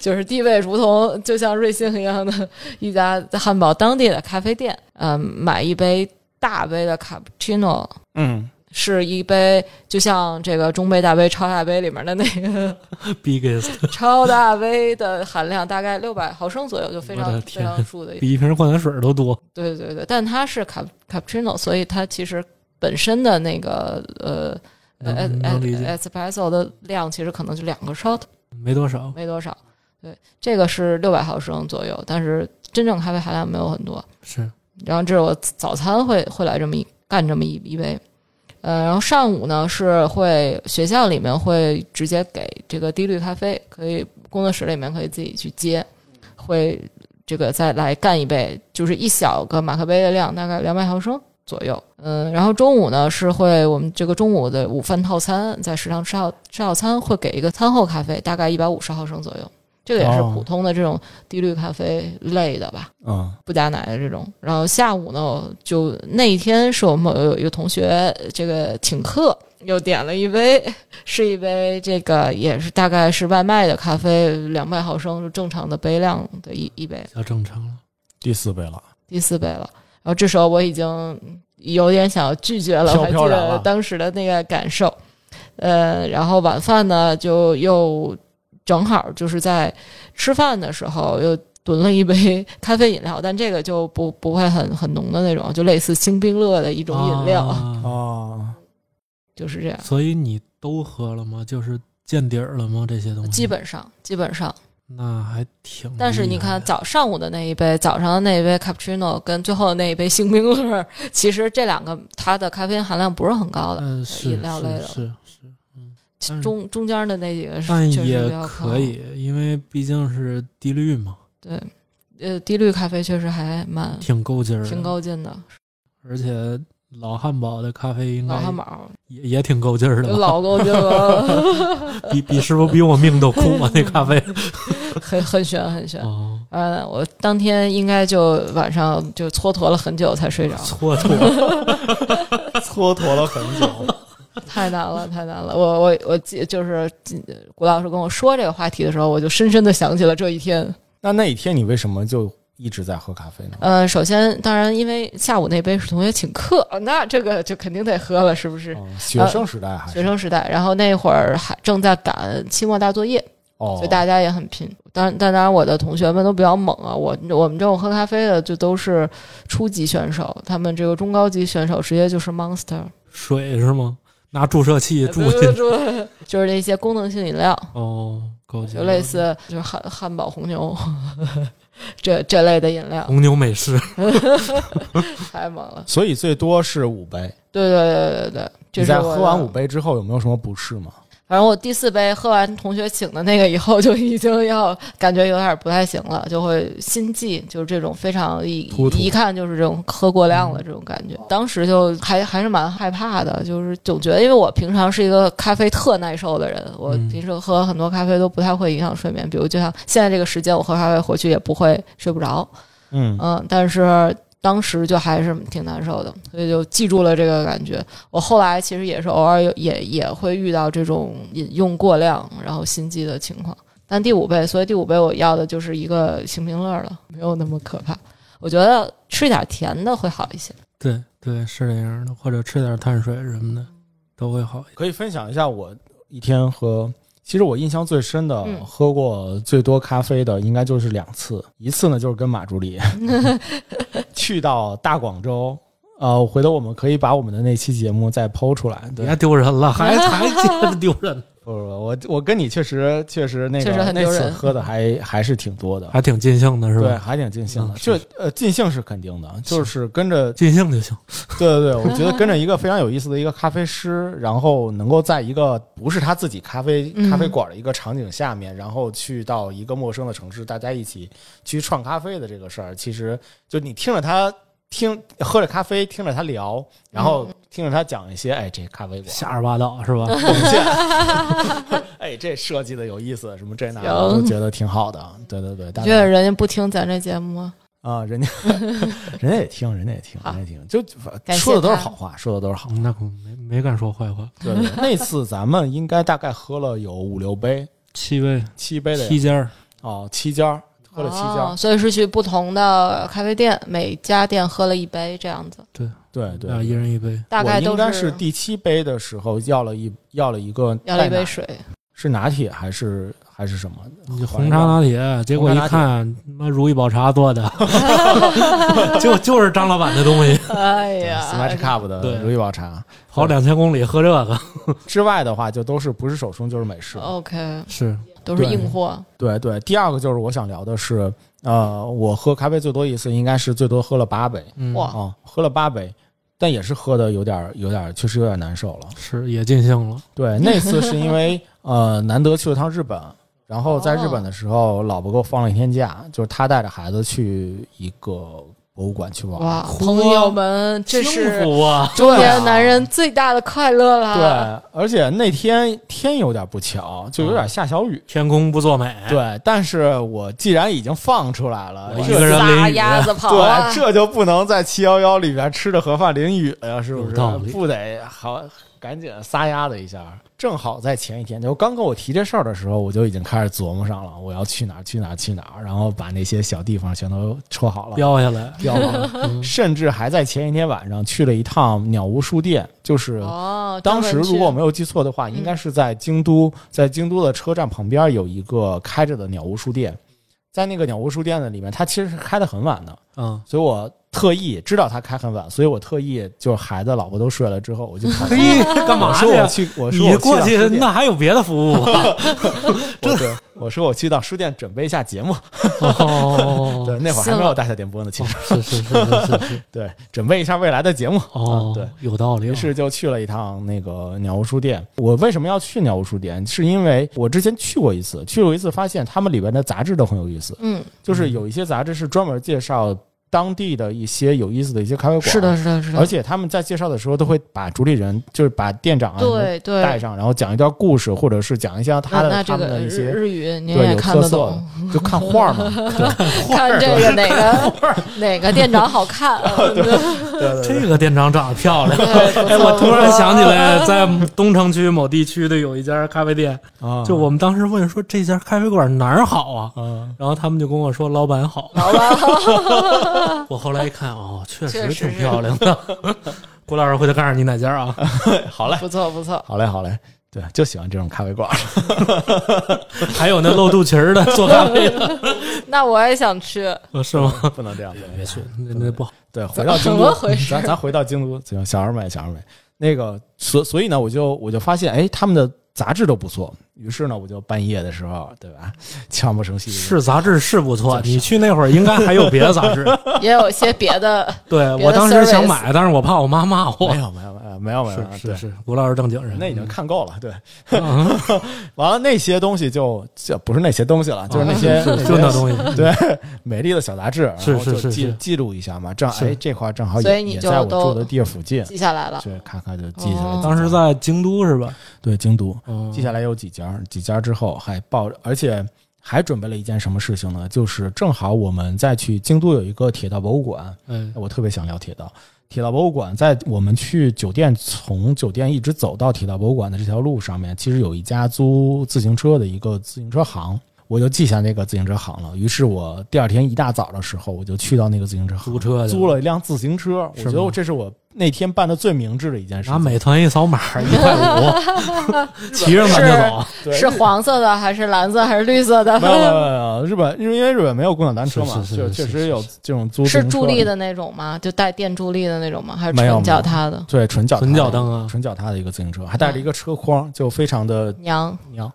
Speaker 3: 就是地位如同就像瑞幸一样的一家在汉堡当地的咖啡店，嗯，买一杯大杯的卡布奇诺，
Speaker 1: 嗯，
Speaker 3: 是一杯就像这个中杯、大杯、超大杯里面的那
Speaker 2: [laughs]
Speaker 3: 个
Speaker 2: biggest
Speaker 3: 超大杯的含量大概六百毫升左右，就非
Speaker 2: 我
Speaker 3: 常
Speaker 2: 的
Speaker 3: 非
Speaker 2: 天
Speaker 3: 常舒的一。
Speaker 2: 比一瓶矿泉水都多。
Speaker 3: 对对对，但它是卡卡布奇诺，所以它其实本身的那个呃。
Speaker 2: 能
Speaker 3: 呃
Speaker 2: 能理解
Speaker 3: espresso 的量其实可能就两个 shot，
Speaker 2: 没多少，
Speaker 3: 没多少。对，这个是六百毫升左右，但是真正咖啡含量没有很多。
Speaker 2: 是
Speaker 3: 然后这是我早餐会会来这么一干这么一一杯，呃，然后上午呢是会学校里面会直接给这个低滤咖啡，可以工作室里面可以自己去接，会这个再来干一杯，就是一小个马克杯的量，大概两百毫升左右。嗯，然后中午呢是会我们这个中午的午饭套餐，在食堂吃好吃好餐会给一个餐后咖啡，大概一百五十毫升左右，这个也是
Speaker 1: 哦
Speaker 3: 普通的这种低滤咖啡类的吧。
Speaker 1: 啊、
Speaker 3: 不加奶的这种。然后下午呢，我就那一天是我们有一个同学这个请客，又点了一杯，是一杯这个也是大概是外卖的咖啡，两百毫升，就正常的杯量的一一杯，
Speaker 2: 比较正常了。
Speaker 1: 第四杯了，
Speaker 3: 第四杯了。然后这时候我已经有点想要拒绝了，
Speaker 1: 飘
Speaker 3: 我还记
Speaker 1: 飘然
Speaker 3: 得
Speaker 1: 了
Speaker 3: 当时的那个感受。呃，然后晚饭呢，就又正好就是在吃饭的时候又囤了一杯 [laughs] 咖啡饮料，但这个就不不会很很浓的那种，就类似星冰乐的一种饮料，
Speaker 2: 啊
Speaker 1: 哦，
Speaker 3: 就是这样。
Speaker 2: 所以你都喝了吗？就是见底儿了吗？这些东西
Speaker 3: 基本上，基本上，
Speaker 2: 那还挺厉害的。
Speaker 3: 但
Speaker 1: 嗯
Speaker 3: 是你看早上午的那一杯，早上的那一杯 cappuccino 跟最后的那一杯星冰乐，其实这两个它的咖啡因含量不是很高的，
Speaker 2: 嗯，是
Speaker 3: 呃饮料类的
Speaker 2: 是是是，但是
Speaker 3: 中中间的那几个是
Speaker 2: 嗯但
Speaker 3: 确实
Speaker 2: 也
Speaker 3: 比较
Speaker 2: 可以，因为毕竟是低滤嘛，
Speaker 3: 高。对，呃，低滤咖啡确实还蛮
Speaker 2: 挺够劲儿的，
Speaker 3: 挺高劲的。
Speaker 2: 而且老汉堡的咖啡应
Speaker 3: 老
Speaker 2: 该
Speaker 3: 汉堡
Speaker 2: 也也挺够劲儿的吧？
Speaker 3: 老够劲了，
Speaker 2: [laughs] 比比是不是比我命都苦啊
Speaker 3: [laughs]
Speaker 2: 嘛？那咖啡
Speaker 3: 很很悬很悬。
Speaker 2: 哦，
Speaker 3: 呃，我当天应该就晚上就蹉跎了很久才睡着，
Speaker 2: 蹉跎，
Speaker 1: [laughs] 蹉跎了很久。
Speaker 3: 太难了，太难了。我我我记就是谷老师跟我说这个话题的时候，我就深深的想起了这一天。
Speaker 1: 那那一天你为什么就一直在喝咖啡呢？
Speaker 3: 呃，首先当然因为下午那杯是同学请客，哦那这个就肯定得喝了，是不是？
Speaker 1: 嗯学生时代还是
Speaker 3: 学生时代，然后那会儿还正在赶期末大作业，
Speaker 1: 哦
Speaker 3: 所以大家也很拼。当然，但当然，我的同学们都比较猛啊。我我们这种喝咖啡的，就都是初级选手，他们这个中高级选手直接就是 Monster，
Speaker 2: 水是吗？拿注射器注
Speaker 3: 不
Speaker 2: 进去
Speaker 3: 不不就是那些功能性饮料，
Speaker 2: 哦，够劲儿
Speaker 3: 就类
Speaker 1: 嗯
Speaker 3: 似就是汉汉堡红牛 [laughs] 这这类的饮料，
Speaker 2: 红牛美式，
Speaker 3: 太猛了。
Speaker 1: 所以最多是五杯。
Speaker 3: 对对对对对，
Speaker 1: 你
Speaker 3: 这是
Speaker 1: 在
Speaker 3: 我的
Speaker 1: 喝完五杯之后有没有什么不适吗？
Speaker 3: 反正我第四杯喝完同学请的那个以后，就已经要感觉有点不太行了，就会心悸，就是这种非常一
Speaker 1: 突嗯突
Speaker 3: 一看就是这种喝过量了这种感觉。当时就还还是蛮害怕的，就是总觉得，因为我平常是一个咖啡特耐受的人，我
Speaker 2: 嗯
Speaker 3: 平时喝很多咖啡都不太会影响睡眠，比如就像现在这个时间，我喝咖啡回去也不会睡不着，
Speaker 1: 嗯，
Speaker 3: 嗯，但是当时就还是挺难受的，所以就记住了这个感觉。我后来其实也是偶尔有也也会遇到这种饮用过量然后心悸的情况，但第五杯，所以第五杯我要的就是一个星冰乐了，没有那么可怕。我觉得吃点甜的会好一些。
Speaker 2: 对对是那样的，或者吃点碳水什么的都会好一点。
Speaker 1: 可以分享一下我一天喝。其实我印象最深的，
Speaker 3: 嗯
Speaker 1: 喝过最多咖啡的，应该就是两次。一次呢，就是跟马助
Speaker 3: [laughs]
Speaker 1: 理去到大广州。呃，回头我们可以把我们的那期节目再剖出来。对
Speaker 2: 别，丢人了，还还接 [laughs] 着丢人，
Speaker 1: 不不不，我我跟你确实确实那个
Speaker 3: 确实很
Speaker 1: 那
Speaker 3: 丢人
Speaker 1: 次喝的还还是挺多的，
Speaker 2: 还挺尽兴的是
Speaker 1: 对，
Speaker 2: 吧？
Speaker 1: 还挺尽兴的。
Speaker 2: 嗯
Speaker 1: 就是呃，尽兴是肯定的，就是跟着
Speaker 2: 尽兴就行。
Speaker 1: 对对对，我觉得跟着一个非常有意思的一个咖啡师，然后能够在一个不是他自己咖啡
Speaker 3: 嗯
Speaker 1: 咖啡馆的一个场景下面，然后去到一个陌生的城市，大家一起去创咖啡的这个事儿，其实就你听着他听喝着咖啡，听着他聊，然后听着他讲一些，哎，这咖啡
Speaker 2: [laughs]
Speaker 1: 馆。
Speaker 2: 瞎说八道是吧？
Speaker 1: 贡献，哎，这设计的有意思，什么这那的，我
Speaker 3: 行
Speaker 1: 都觉得挺好的。对对对，大
Speaker 3: 你
Speaker 1: 家
Speaker 3: 觉得人家不听咱这节目吗？
Speaker 1: 啊，人家 [laughs] 人家也听，人家也听，
Speaker 3: 好
Speaker 1: 人家也听，就
Speaker 3: 感谢
Speaker 1: 呃说的都是
Speaker 3: 他
Speaker 1: 好话，说的都是好话。
Speaker 2: 那可没没敢说坏话，
Speaker 1: 对，对那次咱们应该大概喝了有五六杯，
Speaker 2: 七位
Speaker 1: 七杯的
Speaker 2: 七家儿
Speaker 1: 哦，七家儿喝了七家儿，
Speaker 3: 哦，所以是去不同的咖啡店，每家店喝了一杯这样子，
Speaker 1: 对对
Speaker 2: 啊，。一人一杯。
Speaker 3: 大概
Speaker 1: 我
Speaker 3: 都
Speaker 1: 应该是第七杯的时候要了一要了一个
Speaker 3: 要了
Speaker 1: 代
Speaker 3: 一杯
Speaker 1: 拿
Speaker 3: 水。
Speaker 1: 是拿铁还是还是什么？
Speaker 2: 你红茶拿铁，结果一看，妈如意宝茶做 [laughs] 的，就就是张老板的东 [laughs] 西，
Speaker 3: 哎
Speaker 1: 对
Speaker 3: 呀
Speaker 1: Smash Cup
Speaker 2: 对
Speaker 1: 的如意宝茶
Speaker 2: 跑两千公里喝这个，
Speaker 1: 之外的话，就都是不是手冲就是美式。
Speaker 3: 哦，OK，
Speaker 2: [laughs] 是
Speaker 3: 都是
Speaker 1: 对
Speaker 3: 硬货。
Speaker 1: 对对，第二个就是我想聊的是，呃，我喝咖啡最多一次应该是最多喝了八杯
Speaker 2: 嗯
Speaker 1: 啊、
Speaker 3: 哇
Speaker 1: 喝了八杯，但也是喝的有点儿有点儿确实有点儿难受了。
Speaker 2: 是也尽兴了，
Speaker 1: 对，那次是因为呃，难得去了趟日本，然后在日本的时候，老婆给我放了一天假，就是她带着孩子去一个博物馆去玩。
Speaker 3: 哇，
Speaker 2: 嚯
Speaker 3: 朋友们，这
Speaker 2: 幸
Speaker 3: 是
Speaker 2: 福啊！
Speaker 3: 中年男人最大的快乐
Speaker 1: 对
Speaker 3: 啦！，
Speaker 1: 而且那天天有点不巧，就有点下小雨。
Speaker 2: 天公不作美，
Speaker 1: 对，但是我既然已经放出来了，
Speaker 2: 我一
Speaker 1: 这
Speaker 2: 个人淋
Speaker 3: 撒
Speaker 2: 雨
Speaker 1: [laughs]
Speaker 3: 鸭子跑啊
Speaker 1: 对，！这就不能在七幺幺里边吃着盒饭淋雨了呀，是不
Speaker 2: 有
Speaker 1: 是
Speaker 2: 道理？
Speaker 1: 不得好赶紧啊撒丫子一下。正好在前一天，就刚跟我提这事儿的时候，我就已经开始琢磨上了，我要去哪儿去哪儿去哪儿，然后把那些小地方全都戳好了。
Speaker 2: 标下 [laughs] 来，嗯
Speaker 1: 标好了，甚至还在前一天晚上去了一趟鸟屋书店，就是
Speaker 3: 哦，
Speaker 1: 当时
Speaker 3: 专门去
Speaker 1: 如果我没有记错的话，
Speaker 3: 嗯
Speaker 1: 应该是在京都，在京都的车站旁边有一个开着的鸟屋书店，在那个鸟屋书店的里面，它其实是开的很晚的，
Speaker 2: 嗯，
Speaker 1: 所以我特意知道它开很晚，所以我特意就是孩子老婆都睡了之后，我就跑去。
Speaker 2: 嘿，干
Speaker 1: 我
Speaker 2: 嘛
Speaker 1: 说我
Speaker 2: 去？啊
Speaker 1: 去，我说
Speaker 2: 你
Speaker 1: 我
Speaker 2: 过
Speaker 1: 到
Speaker 2: 去
Speaker 1: 书店
Speaker 2: 那还有别的服务吗？
Speaker 1: 我对我说我去到书店准备一下节目，
Speaker 2: 哦，
Speaker 1: 对，那会儿还没有大小电波呢，其
Speaker 2: 哦
Speaker 1: 实
Speaker 2: 是是是是是，是
Speaker 1: 对，准备一下未来的节目，
Speaker 2: [laughs] 哦，
Speaker 1: 嗯
Speaker 2: 有道理，
Speaker 1: 于是就去了一趟那个鸟屋书店。我为什么要去鸟屋书店？是因为我之前去过一次，去过一次，发现他们里边的杂志都很有意思，
Speaker 3: 嗯，
Speaker 1: 就是有一些杂志是专门介绍。当地的一些有意思的一些咖啡馆。啊
Speaker 3: 是的，，是的，是的，
Speaker 1: 而且他们在介绍的时候都会把主理人，就是把店长啊什么
Speaker 3: 对对，
Speaker 1: 带上，然后讲一段故事，或者是讲一下他
Speaker 3: 那
Speaker 1: 的
Speaker 3: 那
Speaker 1: 他
Speaker 3: 这
Speaker 1: 们
Speaker 3: 个
Speaker 1: 的一些，
Speaker 3: 日日语您
Speaker 1: 对
Speaker 3: 也
Speaker 1: 有
Speaker 3: 看得
Speaker 1: 特色
Speaker 3: 懂，
Speaker 1: [laughs] 就看画 [laughs] 嘛。
Speaker 3: 看这个
Speaker 1: [laughs]
Speaker 3: 哪个哪个店长好看，嗯
Speaker 1: 对对对
Speaker 2: 这个店长长得漂 [laughs] 亮。哎，
Speaker 3: 哎
Speaker 2: 我突然想起来，在东城区某地区的有一家咖啡店，
Speaker 1: 啊
Speaker 2: 就我们当时问说这家咖啡馆哪儿好啊？
Speaker 1: 嗯，
Speaker 2: 然后他们就跟我说老板好。
Speaker 1: [laughs]
Speaker 3: 好吧，
Speaker 2: 我后来一看，哦，确实
Speaker 3: 确实
Speaker 2: 挺
Speaker 3: 是
Speaker 2: 漂亮的。 [laughs] 郭老师回头告诉你哪家啊？ [laughs]
Speaker 1: 好嘞，
Speaker 3: 不错不错，
Speaker 1: 好嘞，好嘞，对，就喜欢这种咖啡馆。
Speaker 2: 还有那露肚脐儿的做咖啡的，
Speaker 3: 那我也想吃，
Speaker 2: 哦 [laughs] 是吗？
Speaker 1: [laughs] 不能这样，
Speaker 2: 别去，那那不好。
Speaker 1: 对，回到京
Speaker 3: 怎
Speaker 1: 都
Speaker 3: 么回，事
Speaker 1: 咱咱回到京都，行，小而美，小而美。那个，所所以呢，我就我就发现，哎，他们的杂志都不错。于是呢，我就半夜的时候，对吧，悄不声息地
Speaker 2: 是杂志是不错，
Speaker 1: 就是
Speaker 2: 你去那会儿应该还有别的杂志。
Speaker 3: 也有些别的，
Speaker 2: 对
Speaker 3: 别的
Speaker 2: 我当时想
Speaker 3: service
Speaker 2: 买，但是我怕我妈骂
Speaker 1: 没
Speaker 2: [laughs] 我。
Speaker 1: 有没有没有没有没有，
Speaker 2: 是是
Speaker 1: 对
Speaker 2: 是，郭老师正经人，
Speaker 1: 那已经看够了，对。
Speaker 2: 嗯
Speaker 1: 完了那些东西就就不是那些东西了， [laughs] 就是那
Speaker 2: 啊
Speaker 1: 些
Speaker 2: [laughs] 是就那东西。
Speaker 1: 对美丽的小杂志，然后
Speaker 2: 是是
Speaker 1: 就是记
Speaker 2: 是
Speaker 1: 记录一下嘛，正好
Speaker 2: 是
Speaker 1: 哎这块儿正好
Speaker 3: 所以
Speaker 1: 也
Speaker 3: 你
Speaker 1: 也
Speaker 3: 就
Speaker 1: 在我住
Speaker 3: 都
Speaker 1: 的地儿附近，
Speaker 3: 记下来了。
Speaker 1: 对，咔咔就记下来。
Speaker 3: 哦
Speaker 2: [laughs] 当时在京都是吧？
Speaker 1: 对京都，
Speaker 2: 嗯，
Speaker 1: 记下来有几家，几家之后还报，而且还准备了一件什么事情呢？就是正好我们再去京都有一个铁道博物馆，
Speaker 2: 嗯，
Speaker 1: 我特别想聊铁道。铁道博物馆在我们去酒店，从酒店一直走到铁道博物馆的这条路上面，其实有一家租自行车的一个自行车行，我就记下那个自行车行了。于是我第二天一大早的时候，我就去到那个自行车行，
Speaker 2: 租车去
Speaker 1: 租了一辆自行车，我
Speaker 2: 是
Speaker 1: 觉得
Speaker 2: 吗
Speaker 1: 这是我那天办的最明智的一件事
Speaker 2: 拿
Speaker 1: 情。
Speaker 2: 美团一扫码一块
Speaker 3: [laughs]
Speaker 2: 五，骑着咱就走。
Speaker 1: 对
Speaker 3: 是黄色的还是蓝色还是绿色
Speaker 1: 没有没有
Speaker 3: 的？
Speaker 1: 没有，日本因为因为日本没有共享单车嘛，
Speaker 2: 是是是
Speaker 1: 就是确
Speaker 2: 是
Speaker 1: 实有这种租自
Speaker 3: 是
Speaker 1: 行车
Speaker 3: 助力，的那种吗？就带电助力的那种吗？还是
Speaker 1: 没有
Speaker 3: 纯
Speaker 1: 没有
Speaker 3: 脚踏的？
Speaker 1: 对纯脚踏的
Speaker 2: 纯脚蹬啊
Speaker 1: 纯脚踏的一个自行车，还带着一个车筐，就非常的
Speaker 3: 娘，
Speaker 1: [laughs] 娘。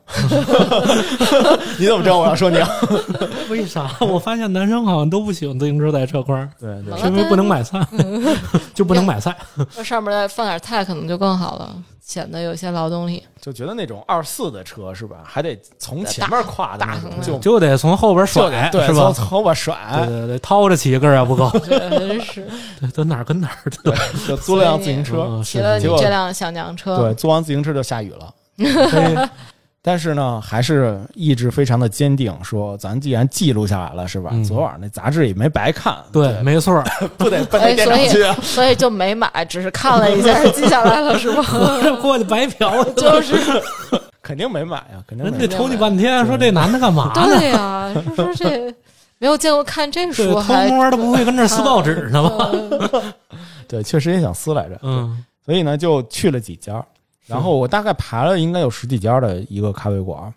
Speaker 1: 你怎么知道我要说娘？
Speaker 2: [laughs] 为啥？我发现男生好像都不喜欢自行车带车筐，
Speaker 1: [laughs] 对对
Speaker 3: 好
Speaker 2: 是因为不能买菜，
Speaker 3: 嗯
Speaker 2: [laughs] 就不能买菜。
Speaker 3: 这上面再放点菜可能就更好了，显得有些劳动力。
Speaker 1: 就觉得那种二四的车是吧，还得从前面跨的那
Speaker 3: 大
Speaker 1: 种，
Speaker 3: 横
Speaker 1: 就
Speaker 2: 就得从后边
Speaker 1: 就
Speaker 2: 甩，
Speaker 1: 对，
Speaker 2: 是吧
Speaker 1: 从？后哎边
Speaker 2: 对
Speaker 1: 甩，
Speaker 2: 对对，掏着起个儿也不够， [laughs]
Speaker 3: 真是
Speaker 2: 对对，哪儿跟哪儿 [laughs] 的。
Speaker 1: [laughs] 就租了辆自行车。
Speaker 2: 嗯
Speaker 3: 骑
Speaker 2: 是
Speaker 3: 了你
Speaker 1: 结果
Speaker 3: 这辆小娘车
Speaker 1: 对，，租完自行车就下雨了。
Speaker 3: [laughs]
Speaker 1: 嘿但是呢，还是意志非常的坚定，说咱既然记录下来了，是吧？
Speaker 2: 嗯
Speaker 1: 昨晚那杂志也没白看，
Speaker 2: 对，没错儿， [laughs]
Speaker 1: 不得奔
Speaker 3: 哎
Speaker 1: 那店
Speaker 3: 所
Speaker 1: 长去啊。
Speaker 3: 以所以就没买，只是看了一下，记下来了是吧？ [laughs]
Speaker 2: 过去白嫖了。
Speaker 3: 就是
Speaker 1: [laughs] 肯定没买啊，肯定
Speaker 2: 人
Speaker 1: 没 [laughs]
Speaker 2: 家
Speaker 1: 买。
Speaker 2: 瞅你半天，说这男的干嘛呢？
Speaker 3: 对呀、就说这没有见过看这
Speaker 2: 对，
Speaker 3: 书
Speaker 2: 偷
Speaker 3: 还呃
Speaker 2: 摸的不会跟这儿撕报纸
Speaker 3: [laughs]
Speaker 2: 呢吧？
Speaker 1: 对，确实也想撕来着，
Speaker 2: 嗯，
Speaker 1: 所以呢就去了几家，然后我大概排了应该有十几家的一个咖啡馆，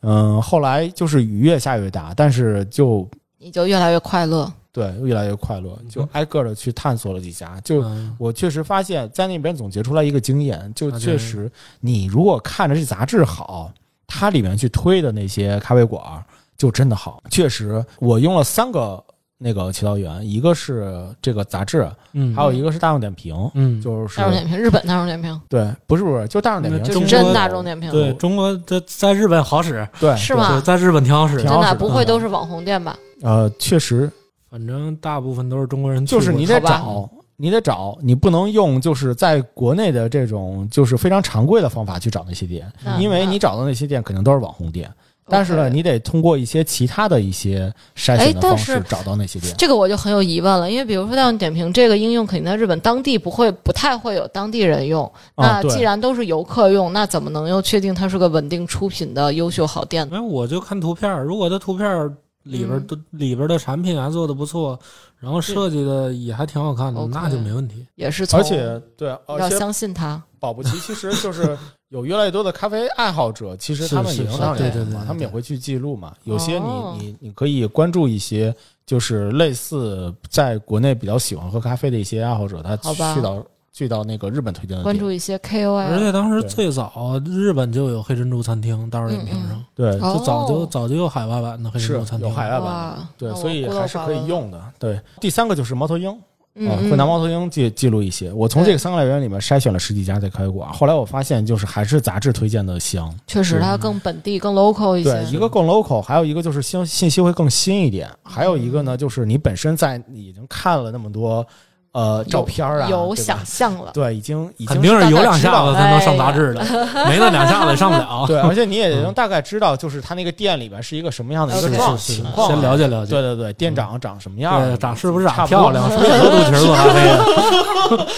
Speaker 1: 嗯，后来就是雨越下越大，但是就
Speaker 3: 你就越来越快乐。
Speaker 1: 对越来越快乐，就
Speaker 2: 嗯
Speaker 1: 挨个的去探索了几家，就。
Speaker 2: 嗯
Speaker 1: 我确实发现，在那边总结出来一个经验，就
Speaker 2: 那就
Speaker 1: 确实，你如果看着这杂志好，它里面去推的那些咖啡馆儿就真的好。确实，我用了三个那个渠道员，一个是这个杂志，
Speaker 2: 嗯，
Speaker 1: 还有一个是大众点评，
Speaker 2: 嗯，
Speaker 1: 就是
Speaker 3: 大众点评，日本大众点评
Speaker 1: 对，不是不是，就大众点评，
Speaker 2: 那这
Speaker 1: 中
Speaker 2: 是
Speaker 1: 国
Speaker 3: 真嗯大众点评
Speaker 2: 对中国在在日本好使，
Speaker 1: 对
Speaker 3: 是
Speaker 1: 对
Speaker 3: 吗
Speaker 2: 对，在日本挺好使
Speaker 1: 挺
Speaker 2: 的。
Speaker 1: 好
Speaker 3: 真
Speaker 1: 是的
Speaker 3: 的不会都是网红店吧？
Speaker 1: 呃，确实
Speaker 2: 反正大部分都是中国人去
Speaker 1: 就
Speaker 2: 过，
Speaker 1: 是你
Speaker 3: 嗯好
Speaker 1: 得
Speaker 3: 吧
Speaker 1: 找。你得找，你不能用就是在国内的这种就是非常常规的方法去找那些店，
Speaker 3: 那
Speaker 1: 因为你找到那些店肯定都是网红店，但是呢，
Speaker 3: 嗯 OK
Speaker 1: 你得通过一些其他的一些筛
Speaker 3: 哎
Speaker 1: 选的
Speaker 3: 但
Speaker 1: 方
Speaker 3: 是
Speaker 1: 式找到那些店。
Speaker 3: 这个我就很有疑问了，因为比如说大众点评这个应用，肯定在日本当地不会不太会有当地人用。
Speaker 1: 啊
Speaker 3: 那
Speaker 1: 对
Speaker 3: 既然都是游客用，那怎么能又确定它是个稳定出品的优秀好店呢？
Speaker 2: 哎，我就看图片儿，如果它图片儿里边儿
Speaker 3: 嗯
Speaker 2: 都、里边儿的产品还做的不错，然后设计的也还挺好看的，
Speaker 3: OK
Speaker 2: 那就没问题。
Speaker 3: 也是从
Speaker 1: 而且对，而
Speaker 3: 要
Speaker 1: 且
Speaker 3: 相信它。
Speaker 1: 保不齐其实就是有越来越多的咖啡爱好者，其实
Speaker 2: 是
Speaker 1: 他们也
Speaker 2: 是
Speaker 1: 能
Speaker 2: 是
Speaker 1: 当
Speaker 3: 对
Speaker 1: 然
Speaker 2: 对对
Speaker 1: 嘛，
Speaker 2: 对
Speaker 1: 他们也会去记录嘛。有些你
Speaker 3: 哦
Speaker 1: 你你可以关注一些，就是类似在国内比较喜欢喝咖啡的一些爱好者，他
Speaker 3: 好吧
Speaker 1: 去到去到那个日本推荐的
Speaker 3: 关
Speaker 1: 店
Speaker 3: 注一些
Speaker 2: 而
Speaker 3: KOL，
Speaker 2: 且当时
Speaker 1: 对
Speaker 2: 最早日本就有黑珍珠餐厅，大众点评上、
Speaker 1: 对
Speaker 3: 哦
Speaker 2: 就早就、
Speaker 3: 哦
Speaker 2: 早就有海外版的黑珍
Speaker 1: 是
Speaker 2: 珠餐
Speaker 1: 有
Speaker 2: 厅，
Speaker 1: 海外版的。
Speaker 3: 哇，
Speaker 1: 对
Speaker 3: 那，我
Speaker 1: 所以
Speaker 3: 孤陋
Speaker 1: 还是
Speaker 3: 寡
Speaker 1: 可
Speaker 3: 闻
Speaker 1: 以用的。对，第三个就是猫头鹰，
Speaker 3: 嗯
Speaker 1: 啊，
Speaker 3: 嗯
Speaker 1: 会拿猫头鹰记记录一些。我从这个三个来源里面筛选了十几家在开馆，后来我发现就是还是杂志推荐的香，
Speaker 3: 确实它更本地、更 local 一些
Speaker 1: 对，。一个更 local，还有一个就是信信息会更新一点，还有一个
Speaker 2: 嗯
Speaker 1: 呢就是你本身在已经看了那么多呃照片啊，
Speaker 3: 有
Speaker 1: 对吧
Speaker 3: 想象了，
Speaker 1: 对，已经已
Speaker 2: 肯
Speaker 1: 经
Speaker 2: 定是有两下子才能上杂志的，
Speaker 1: [laughs]
Speaker 2: 没了两下子也上不了。
Speaker 1: 哎对，而且你也
Speaker 2: 嗯
Speaker 1: 能大概知道就是他那个店里边是一个什么样的一
Speaker 2: 呃是
Speaker 1: 个
Speaker 3: 对
Speaker 1: 状
Speaker 2: 是是，
Speaker 1: 情
Speaker 2: 是
Speaker 1: 况啊，
Speaker 2: 先了解了解
Speaker 1: 对。对对，店长长什么样儿
Speaker 2: 对，？长是不是
Speaker 1: 差
Speaker 2: 长
Speaker 1: 不多
Speaker 2: 漂
Speaker 1: [laughs]
Speaker 2: 亮？是不是多肚脐儿做咖啡啊的？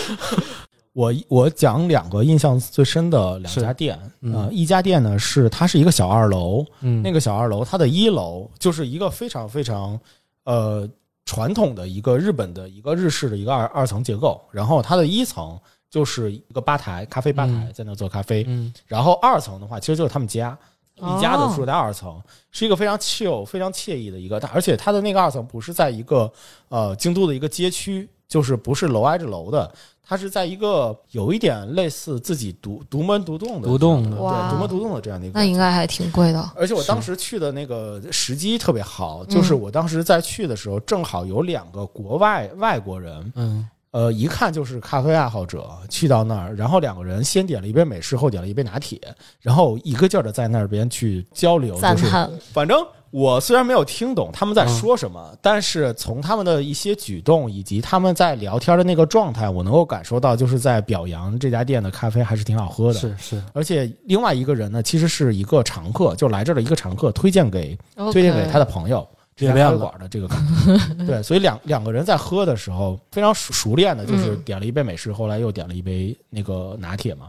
Speaker 1: 我我讲两个印象最深的两家店，
Speaker 2: 嗯
Speaker 1: 呃，一家店呢是它是一个小二楼，
Speaker 2: 嗯，
Speaker 1: 那
Speaker 2: 个
Speaker 1: 个小二楼它的一楼就是一个非常非常呃传统的一个日本的一个日式的一个二二层结构，然后它的一层就是一个吧台，咖啡吧台
Speaker 2: 嗯
Speaker 1: 在那做咖啡，
Speaker 2: 嗯，
Speaker 1: 然后二层的话其实就是他们家。
Speaker 3: 哦
Speaker 1: 一家的住在二层，是一个非常 chill、非常惬意的一个，而且它的那个二层不是在一个呃京都的一个街区，就是不是楼挨着楼的，它是在一个有一点类似自己独独门独洞的
Speaker 2: 独栋的
Speaker 1: 这样
Speaker 3: 哇
Speaker 1: 对，独门独洞的这样的一个
Speaker 3: 那。应该还挺贵的。
Speaker 1: 而且我当时去的那个时机特别好，就是我当时在去的时候，正好有两个国外外国人，
Speaker 2: 嗯，
Speaker 1: 呃，一看就是咖啡爱好者，去到那儿，然后两个人先点了一杯美式，后点了一杯拿铁，然后一个劲儿的在那边去交流，
Speaker 3: 赞
Speaker 1: 就是
Speaker 3: 叹，
Speaker 1: 反正我虽然没有听懂他们在说什么，但是从他们的一些举动以及他们在聊天的那个状态，我能够感受到，就是在表扬这家店的咖啡还是挺好喝的。
Speaker 2: 是是，
Speaker 1: 而且另外一个人呢，其实是一个常客，就来这儿的一个常客，推荐给
Speaker 3: OK
Speaker 1: 推荐给他的朋友。这家
Speaker 2: 这边
Speaker 1: 咖啡
Speaker 2: 了，
Speaker 1: 馆的这个感
Speaker 3: [laughs]
Speaker 1: 觉，对，所以两两个人在喝的时候非常熟熟练的，就是
Speaker 3: 嗯
Speaker 1: 点了一杯美式，后来又点了一杯那个拿铁嘛。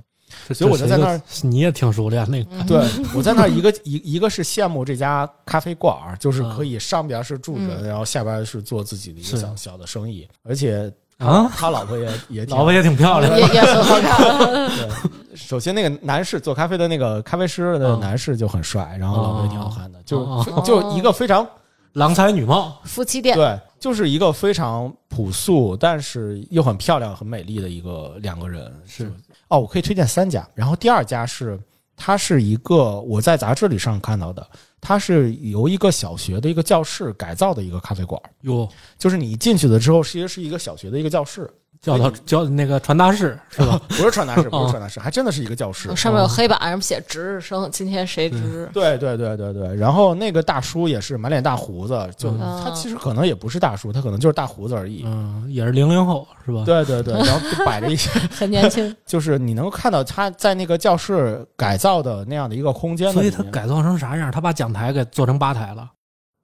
Speaker 2: 所
Speaker 1: 所以我就在那儿，
Speaker 2: 你也挺熟练那个，
Speaker 3: 嗯
Speaker 1: 对，我在那儿一个一一个是羡慕这家咖啡馆儿，就是可以上边是住人，
Speaker 3: 嗯
Speaker 1: 然后下边是做自己的一个
Speaker 2: 是
Speaker 1: 小小的生意，而且
Speaker 2: 啊
Speaker 1: 他老婆也
Speaker 2: [laughs]
Speaker 1: 也挺
Speaker 2: 老婆也挺漂亮
Speaker 3: 也也很
Speaker 1: [laughs]
Speaker 3: 好看。
Speaker 1: 对首先那个男士做咖啡的那个咖啡师的
Speaker 2: 嗯
Speaker 1: 男士就很帅，然后老婆也挺好看的，就
Speaker 2: 哦
Speaker 1: 就一个非常
Speaker 2: 郎才
Speaker 1: [laughs]
Speaker 2: 女貌，
Speaker 3: 夫妻店，
Speaker 1: 对，就是一个非常朴素但是又很漂亮、很美丽的一个两个人
Speaker 2: 是
Speaker 1: 哦，我可以推荐三家，然后第二家是它是一个我在杂志里上看到的，它是由一个小学的一个教室改造的一个咖啡馆，
Speaker 2: 哟，
Speaker 1: 就是你一进去了之后，其实是一个小学的一个教室，嗯
Speaker 2: 叫到叫那个传达室是吧？
Speaker 1: 不是传达
Speaker 2: [laughs]
Speaker 1: 室，不是传达室，还真的是一个教室。
Speaker 3: 上面有黑板，上面写值日生，今天谁值日？
Speaker 1: [laughs] 对对对对对，然后那个大叔也是满脸大胡子，就、
Speaker 3: 嗯
Speaker 1: 他其实可能也不是大叔，他可能就是大胡子而已。
Speaker 2: 嗯，也是零零后是吧？
Speaker 1: 对对对，然后就摆着一些，，
Speaker 3: 很年轻
Speaker 1: 就是你能够看到他在那个教室改造的那样的一个空间的
Speaker 2: 所
Speaker 1: 里
Speaker 2: 以
Speaker 1: 面。
Speaker 2: 他改造成啥样？他把讲台给做成吧台了。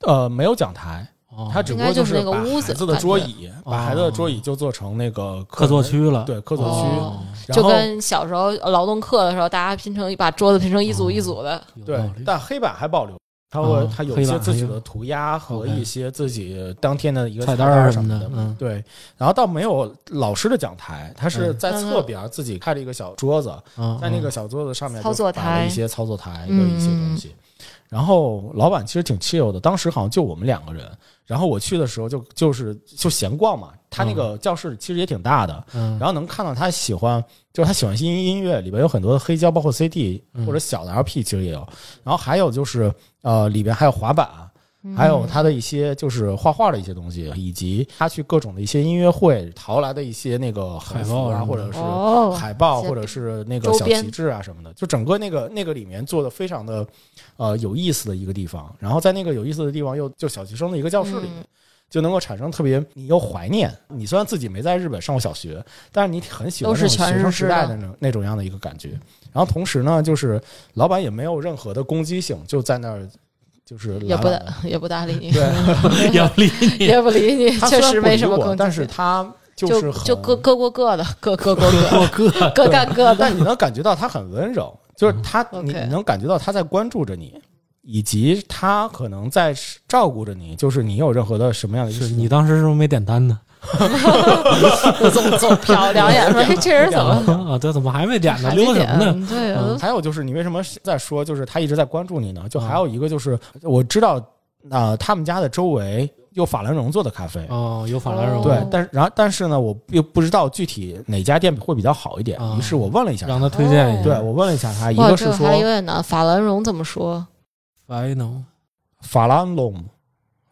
Speaker 1: 呃没有讲台，
Speaker 2: 哦，
Speaker 1: 他只不过就是
Speaker 3: 应该就是那个
Speaker 1: 把
Speaker 3: 屋子
Speaker 1: 孩子的桌椅，
Speaker 2: 觉
Speaker 1: 把孩子的桌椅就做成那个
Speaker 2: 客座，区了，
Speaker 1: 对客
Speaker 2: 客
Speaker 1: 座区，
Speaker 3: 哦
Speaker 1: [laughs] 然
Speaker 3: 就
Speaker 1: 后
Speaker 3: 跟小时候劳动课的时候，大家拼成一把桌子，拼成一组一组的。
Speaker 2: 有道
Speaker 1: 对
Speaker 2: 理，
Speaker 1: 但黑板还保留。它会
Speaker 2: 哦，
Speaker 1: 它有
Speaker 2: 黑
Speaker 1: 一些
Speaker 2: 板
Speaker 1: 自己
Speaker 2: 还有
Speaker 1: 的涂鸦和
Speaker 2: OK
Speaker 1: 一些自己当天的一个
Speaker 2: 菜单
Speaker 1: 单
Speaker 2: 儿
Speaker 1: 儿
Speaker 2: 什
Speaker 1: 什
Speaker 2: 么
Speaker 1: 么
Speaker 2: 的，嗯，
Speaker 1: 对，然后倒没有老师的讲台，它是
Speaker 2: 嗯
Speaker 1: 在侧边自己开了一个小桌子，
Speaker 2: 嗯
Speaker 1: 在那个小桌子上面
Speaker 3: 操作
Speaker 1: 就摆了
Speaker 3: 台
Speaker 1: 一些操作台的
Speaker 3: 嗯
Speaker 1: 一些东西。然后老板其实挺 chill 的，当时好像就我们两个人。然后我去的时候就就是就闲逛嘛，他那个教室其实也挺大的，
Speaker 2: 嗯，
Speaker 1: 然后能看到他喜欢，就是他喜欢新音乐，里边有很多的黑胶，包括 CD
Speaker 2: 嗯
Speaker 1: 或者小的 LP，其实也有。然后还有就是呃，里边还有滑板，嗯
Speaker 3: 嗯
Speaker 1: 还有他的一些就是画画的一些东西，以及他去各种的一些音乐会淘来的一些那个横幅啊，
Speaker 2: 海报什么的
Speaker 1: 或者是
Speaker 3: 哦
Speaker 1: 海报，
Speaker 3: 一些
Speaker 1: 或者是那个
Speaker 3: 周
Speaker 1: 小
Speaker 3: 边
Speaker 1: 旗帜啊什么的，就整个那个那个里面做的非常的呃有意思的一个地方。然后在那个有意思的地方又就小学生的一个教室里面。
Speaker 3: 嗯
Speaker 1: 就能够产生特别，你又怀念。你虽然自己没在日本上过小学，但是你很喜欢
Speaker 3: 都
Speaker 1: 那
Speaker 3: 是
Speaker 1: 种学
Speaker 3: 全日
Speaker 1: 生
Speaker 3: 制
Speaker 1: 时
Speaker 3: 的
Speaker 1: 代的那种那种样的一个感觉。然后同时呢，就是老板也没有任何的攻击性，就在那儿就是
Speaker 3: 也
Speaker 1: 懒
Speaker 3: 不
Speaker 1: 懒的
Speaker 3: 搭也不搭理你，
Speaker 1: [laughs] 对，
Speaker 2: [laughs] 要理你，
Speaker 1: [laughs]
Speaker 3: [laughs] 也不理你，
Speaker 1: 他
Speaker 3: 嗯确
Speaker 1: 虽然
Speaker 3: 实
Speaker 1: 不
Speaker 3: 没
Speaker 1: 理
Speaker 3: 什
Speaker 1: 我
Speaker 3: 么攻击
Speaker 1: 但是他就是
Speaker 3: 就
Speaker 1: 很
Speaker 3: 就各各过各的，各各过各，
Speaker 2: 我哥，
Speaker 3: 各干各的
Speaker 1: [laughs] 但。你能感觉到他很温柔，就是他，
Speaker 3: 嗯
Speaker 1: 你
Speaker 3: OK
Speaker 1: 你能感觉到他在关注着你，以及他可能在照顾着你，就是你有任何的什么样的一个
Speaker 2: 是
Speaker 1: 事
Speaker 2: 你当时是不是没点单
Speaker 1: [laughs]
Speaker 2: 呢？
Speaker 3: 总总瞟两
Speaker 1: [laughs]
Speaker 3: 眼说：“嘿，哎这人怎
Speaker 2: [laughs]
Speaker 3: 么
Speaker 2: 啊，这怎么还没点呢？
Speaker 3: 还
Speaker 2: 溜
Speaker 3: 没
Speaker 2: 达什
Speaker 3: 点
Speaker 2: 么呢？？”
Speaker 3: 对，
Speaker 2: 嗯
Speaker 3: 我
Speaker 1: 哦还有就是，你为什么在说，就是他一直在关注你呢？就
Speaker 3: 嗯
Speaker 1: 还有一个就是，我知道，啊，他们家的周围有法兰绒做的咖啡，
Speaker 2: 哦，有法兰绒，
Speaker 1: 对，但是然后但是呢，我又不知道具体哪家店会比较好一点，
Speaker 3: 啊
Speaker 2: 哦
Speaker 1: 于是我问了一下他，
Speaker 2: 让他推荐一
Speaker 1: 对
Speaker 2: 下。
Speaker 1: 我问了一下他，一
Speaker 3: 嗯哇，
Speaker 1: 个是
Speaker 3: 这个还有
Speaker 1: 说
Speaker 3: 点难。法兰绒怎么说？
Speaker 2: ，final
Speaker 1: 法兰绒，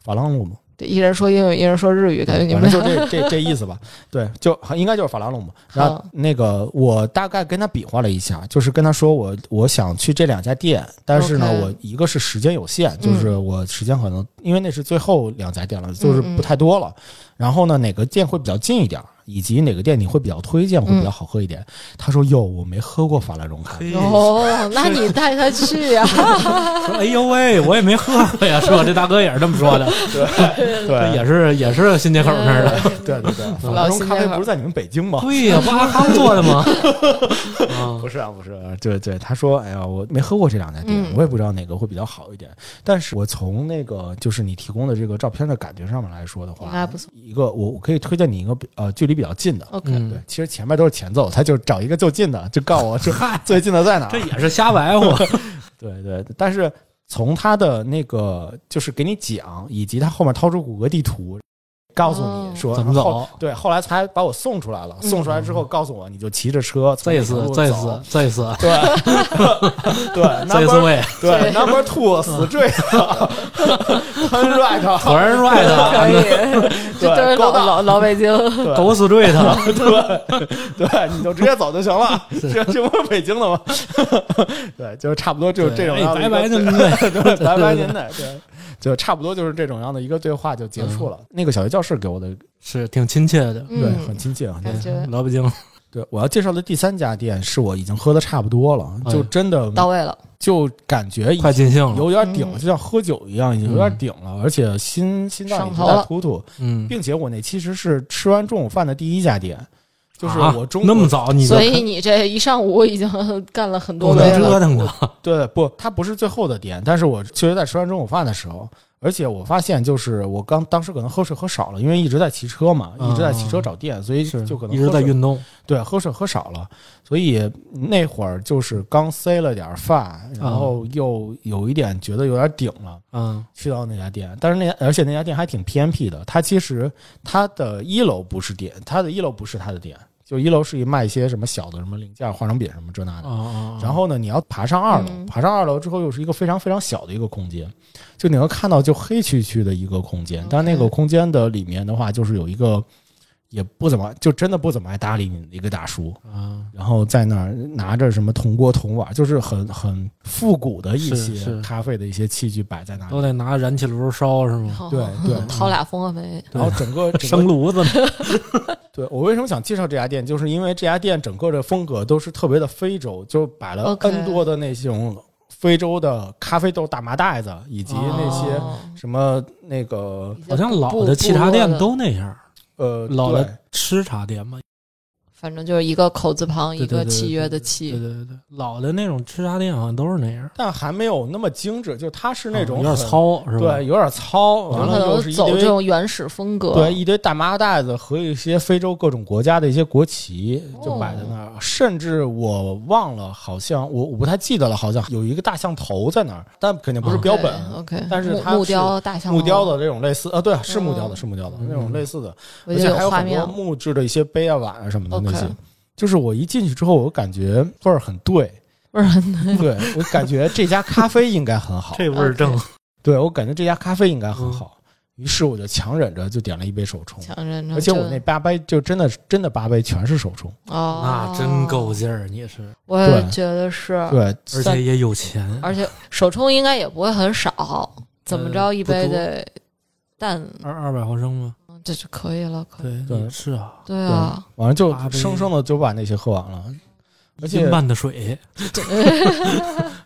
Speaker 1: 法兰绒，
Speaker 3: 对，一人说英语，一人说日语，感觉你
Speaker 1: 反
Speaker 3: 们
Speaker 1: 正就这
Speaker 3: [laughs]
Speaker 1: 这这意思吧。对，就应该就是法拉隆吧。然后
Speaker 3: 好
Speaker 1: 那个我大概跟他比划了一下，就是跟他说我我想去这两家店，但是呢
Speaker 3: OK 嗯
Speaker 1: 我一个是时间有限，就是我时间可能因为那是最后两家店了，就是不太多
Speaker 3: 嗯
Speaker 1: 了。然后呢，哪个店会比较近一点，以及哪个店你会比较推荐，会比较好喝一点。
Speaker 3: 嗯
Speaker 1: 他说：“哟，我没喝过法拉隆咖啡。”
Speaker 3: 哦，那你带他去
Speaker 1: [laughs]
Speaker 3: 呀、
Speaker 1: 嗯
Speaker 2: 说哎呦喂，我也没喝过呀，是吧？这大哥也是这么说的，这
Speaker 1: [laughs] 对
Speaker 2: 也是也是新街口那儿的。
Speaker 1: 对对对，法拉隆咖啡不是在你们北京吗？
Speaker 2: [laughs] 对呀，不阿康做的
Speaker 1: [laughs]
Speaker 2: 吗？啊
Speaker 1: 不是啊，不是、啊， [laughs] 对对，他说，哎呀，我没喝过这两家店，
Speaker 3: 嗯
Speaker 1: 我也不知道哪个会比较好一点。但是我从那个就是你提供的这个照片的感觉上面来说的话，
Speaker 3: 应该不错。
Speaker 1: 一个我我可以推荐你一个比呃距离比较近的。
Speaker 3: [laughs] OK，、
Speaker 2: 嗯
Speaker 1: 对，其实前面都是前奏，他就找一个就近的，就告我
Speaker 3: [laughs]
Speaker 1: 说
Speaker 2: 嗨，
Speaker 1: 最近的在哪儿
Speaker 2: 这。也是瞎白
Speaker 1: [laughs]
Speaker 2: 活。
Speaker 1: 对对，但是从他的那个就是给你讲，以及他后面掏出谷歌地图，告诉
Speaker 3: 哦
Speaker 1: 你说
Speaker 2: 怎么
Speaker 1: 后
Speaker 2: 走
Speaker 1: 对，后来才把我送出来了。送出来
Speaker 3: 嗯
Speaker 1: 之后，告诉我你就骑着车从
Speaker 2: 这
Speaker 1: 哪条
Speaker 2: 次
Speaker 1: 路
Speaker 2: 这
Speaker 1: 走
Speaker 2: 次这次
Speaker 1: 对对
Speaker 2: 这次
Speaker 1: [laughs] ，number
Speaker 2: 位，
Speaker 1: 对 number two 死坠了啊，turn right，
Speaker 2: 果然
Speaker 1: [laughs]
Speaker 2: right，
Speaker 3: 可以，这都是
Speaker 1: 够
Speaker 3: 老
Speaker 1: 大
Speaker 3: 老老北京。
Speaker 1: 对
Speaker 2: 啊狗死 right 了。
Speaker 1: [laughs] 对对，你就直接走就行了，这这不是北京的吗？ [laughs] 对，就是差不多就是这种
Speaker 2: 哎
Speaker 1: 样的一
Speaker 2: 拜
Speaker 1: 个，
Speaker 2: 拜的
Speaker 1: 对，拜拜
Speaker 2: 对
Speaker 1: 您的，对，就差不多就是这种样的一个对话就结束了。那个小学教室给我的，
Speaker 2: 是挺亲切的，
Speaker 1: [laughs] 对，
Speaker 3: 嗯
Speaker 1: 很亲切，很亲切。
Speaker 3: 感觉
Speaker 2: 老北京
Speaker 1: 对，我要介绍的第三家店是我已经喝的差不多了，
Speaker 2: 哎
Speaker 1: 就真的
Speaker 3: 到位了。
Speaker 1: 就感觉已经
Speaker 2: 快尽兴了。
Speaker 1: 哎有点顶了，
Speaker 3: 嗯
Speaker 1: 就像喝酒一样，已经有点顶了，而且心心脏也
Speaker 3: 上
Speaker 1: 是
Speaker 3: 头
Speaker 1: 在
Speaker 3: 了
Speaker 1: 突突，
Speaker 2: 嗯，
Speaker 1: 并且我那其实是吃完中午饭的第一家店，就是
Speaker 2: 啊
Speaker 1: 我中午、
Speaker 2: 那么早你就
Speaker 3: 所以你这一上午已经 [laughs] 干了很多
Speaker 2: 我
Speaker 3: 杯
Speaker 2: 没
Speaker 3: 了，
Speaker 2: 折
Speaker 1: [laughs]
Speaker 2: 腾过，
Speaker 1: 对不，它不是最后的店，但是我确实在吃完中午饭的时候。而且我发现，就是我刚当时可能喝水喝少了，因为一直在骑车嘛，
Speaker 2: 嗯
Speaker 1: 一直在骑车找店，所以就可能
Speaker 2: 一直
Speaker 1: 喝
Speaker 2: 在
Speaker 1: 水
Speaker 2: 运动。
Speaker 1: 对，喝水喝少了，所以那会儿就是刚塞了点饭，
Speaker 2: 啊
Speaker 1: 然后又有一点觉得有点顶了，
Speaker 2: 嗯
Speaker 1: 去到那家店，但是那家而且那家店还挺偏僻的。它其实它的一楼不是店，它的一楼不是它的店，就一楼是一卖一些什么小的什么零件、化妆品什么这那
Speaker 2: 啊
Speaker 1: 的。
Speaker 2: 啊，
Speaker 1: 然后呢，你要爬上二楼，
Speaker 3: 嗯
Speaker 1: 爬上二楼之后又是一个非常非常小的一个空间，就你能看到就黑黢黢的一个空间
Speaker 3: OK。
Speaker 1: 但那个空间的里面的话，就是有一个也不怎么就真的不怎么爱搭理你的一个大叔，
Speaker 2: 啊，
Speaker 1: 然后在那儿拿着什么铜锅铜碗，就是很很复古的一
Speaker 2: 是是
Speaker 1: 些咖啡的一些器具摆在那里
Speaker 2: 都。得拿燃气炉烧
Speaker 1: [laughs]
Speaker 2: 是吗？
Speaker 3: 好
Speaker 1: 对对，
Speaker 3: [laughs] 掏俩蜂啊窝煤，
Speaker 1: 然后整个整
Speaker 2: 生
Speaker 1: 个，
Speaker 2: 炉
Speaker 1: [laughs]
Speaker 2: 子呢？
Speaker 1: 对我为什么想介绍这家店，就是因为这家店整个的风格都是特别的非洲，就摆了
Speaker 3: OK
Speaker 1: N 多的那种非洲的咖啡豆大麻袋子，以及那些
Speaker 3: 哦
Speaker 1: 什么那个
Speaker 2: 好像老的沏茶店都那样，
Speaker 1: 呃
Speaker 2: 老
Speaker 1: 对
Speaker 2: 的吃茶店嘛。
Speaker 3: 反正就是一个口字旁，
Speaker 2: 对
Speaker 3: 一
Speaker 2: 对对
Speaker 3: 个契约的契
Speaker 2: 对，对对对，老的那种吃茶店好像都是那样，
Speaker 1: 但还没有那么精致，就它是那种
Speaker 2: 啊有点
Speaker 1: 很，
Speaker 2: 糙是吧？
Speaker 1: 对，有点糙，
Speaker 3: 有
Speaker 1: 完
Speaker 3: 可
Speaker 1: 了又是
Speaker 3: 能
Speaker 1: 一
Speaker 3: 走这
Speaker 1: 堆。
Speaker 3: 种原始风格。
Speaker 1: 对，一堆大麻袋子和一些非洲各种国家的一些国旗
Speaker 3: 哦
Speaker 1: 就摆在那儿，甚至我忘了，好像我我不太记得了，好像有一个大象头在那儿，但肯定不是标本，
Speaker 3: OK，
Speaker 1: 但是
Speaker 3: 木
Speaker 1: 它是
Speaker 3: 木雕大哦象，
Speaker 1: 木雕，的这种类似，呃，对，是木雕的，
Speaker 3: 嗯
Speaker 1: 是木雕的
Speaker 2: 嗯
Speaker 1: 那种类似的，
Speaker 3: 我
Speaker 1: 而
Speaker 3: 觉
Speaker 1: 且
Speaker 3: 得
Speaker 1: 还
Speaker 3: 有
Speaker 1: 有
Speaker 3: 画
Speaker 1: 很
Speaker 3: 面
Speaker 1: 多。木质的一些杯啊、碗啊什么的那些
Speaker 3: OK。
Speaker 1: 就是我一进去之后，我感觉味儿很
Speaker 3: [laughs]
Speaker 1: 对，
Speaker 3: 味儿很
Speaker 1: [laughs] 对我感觉这家咖啡应该很好，
Speaker 2: 这味儿正
Speaker 1: 对我感觉这家咖啡应该很好，于是我就强忍着就点了一杯手冲，
Speaker 3: 嗯强
Speaker 2: 嗯
Speaker 3: 忍着，
Speaker 1: 而且我那八杯就真的真的八杯全是手冲，
Speaker 3: 那哦，
Speaker 2: 那真够，劲儿，你是，
Speaker 3: 我
Speaker 1: 对
Speaker 3: 也觉得是，
Speaker 2: 啊
Speaker 1: 对，
Speaker 2: 而
Speaker 1: 三
Speaker 2: 且也有钱，
Speaker 3: 而且手冲应该也不会很少，怎
Speaker 1: 呃
Speaker 3: 么着一杯得淡，
Speaker 2: 二二百毫升吗？
Speaker 3: 这就可以了，可以。
Speaker 2: 对
Speaker 1: 对
Speaker 2: 是啊，
Speaker 3: 对啊，
Speaker 1: 完了就
Speaker 2: 八杯
Speaker 1: 生生的就把那些喝完了，而
Speaker 2: 一斤
Speaker 1: 且
Speaker 2: 半的水，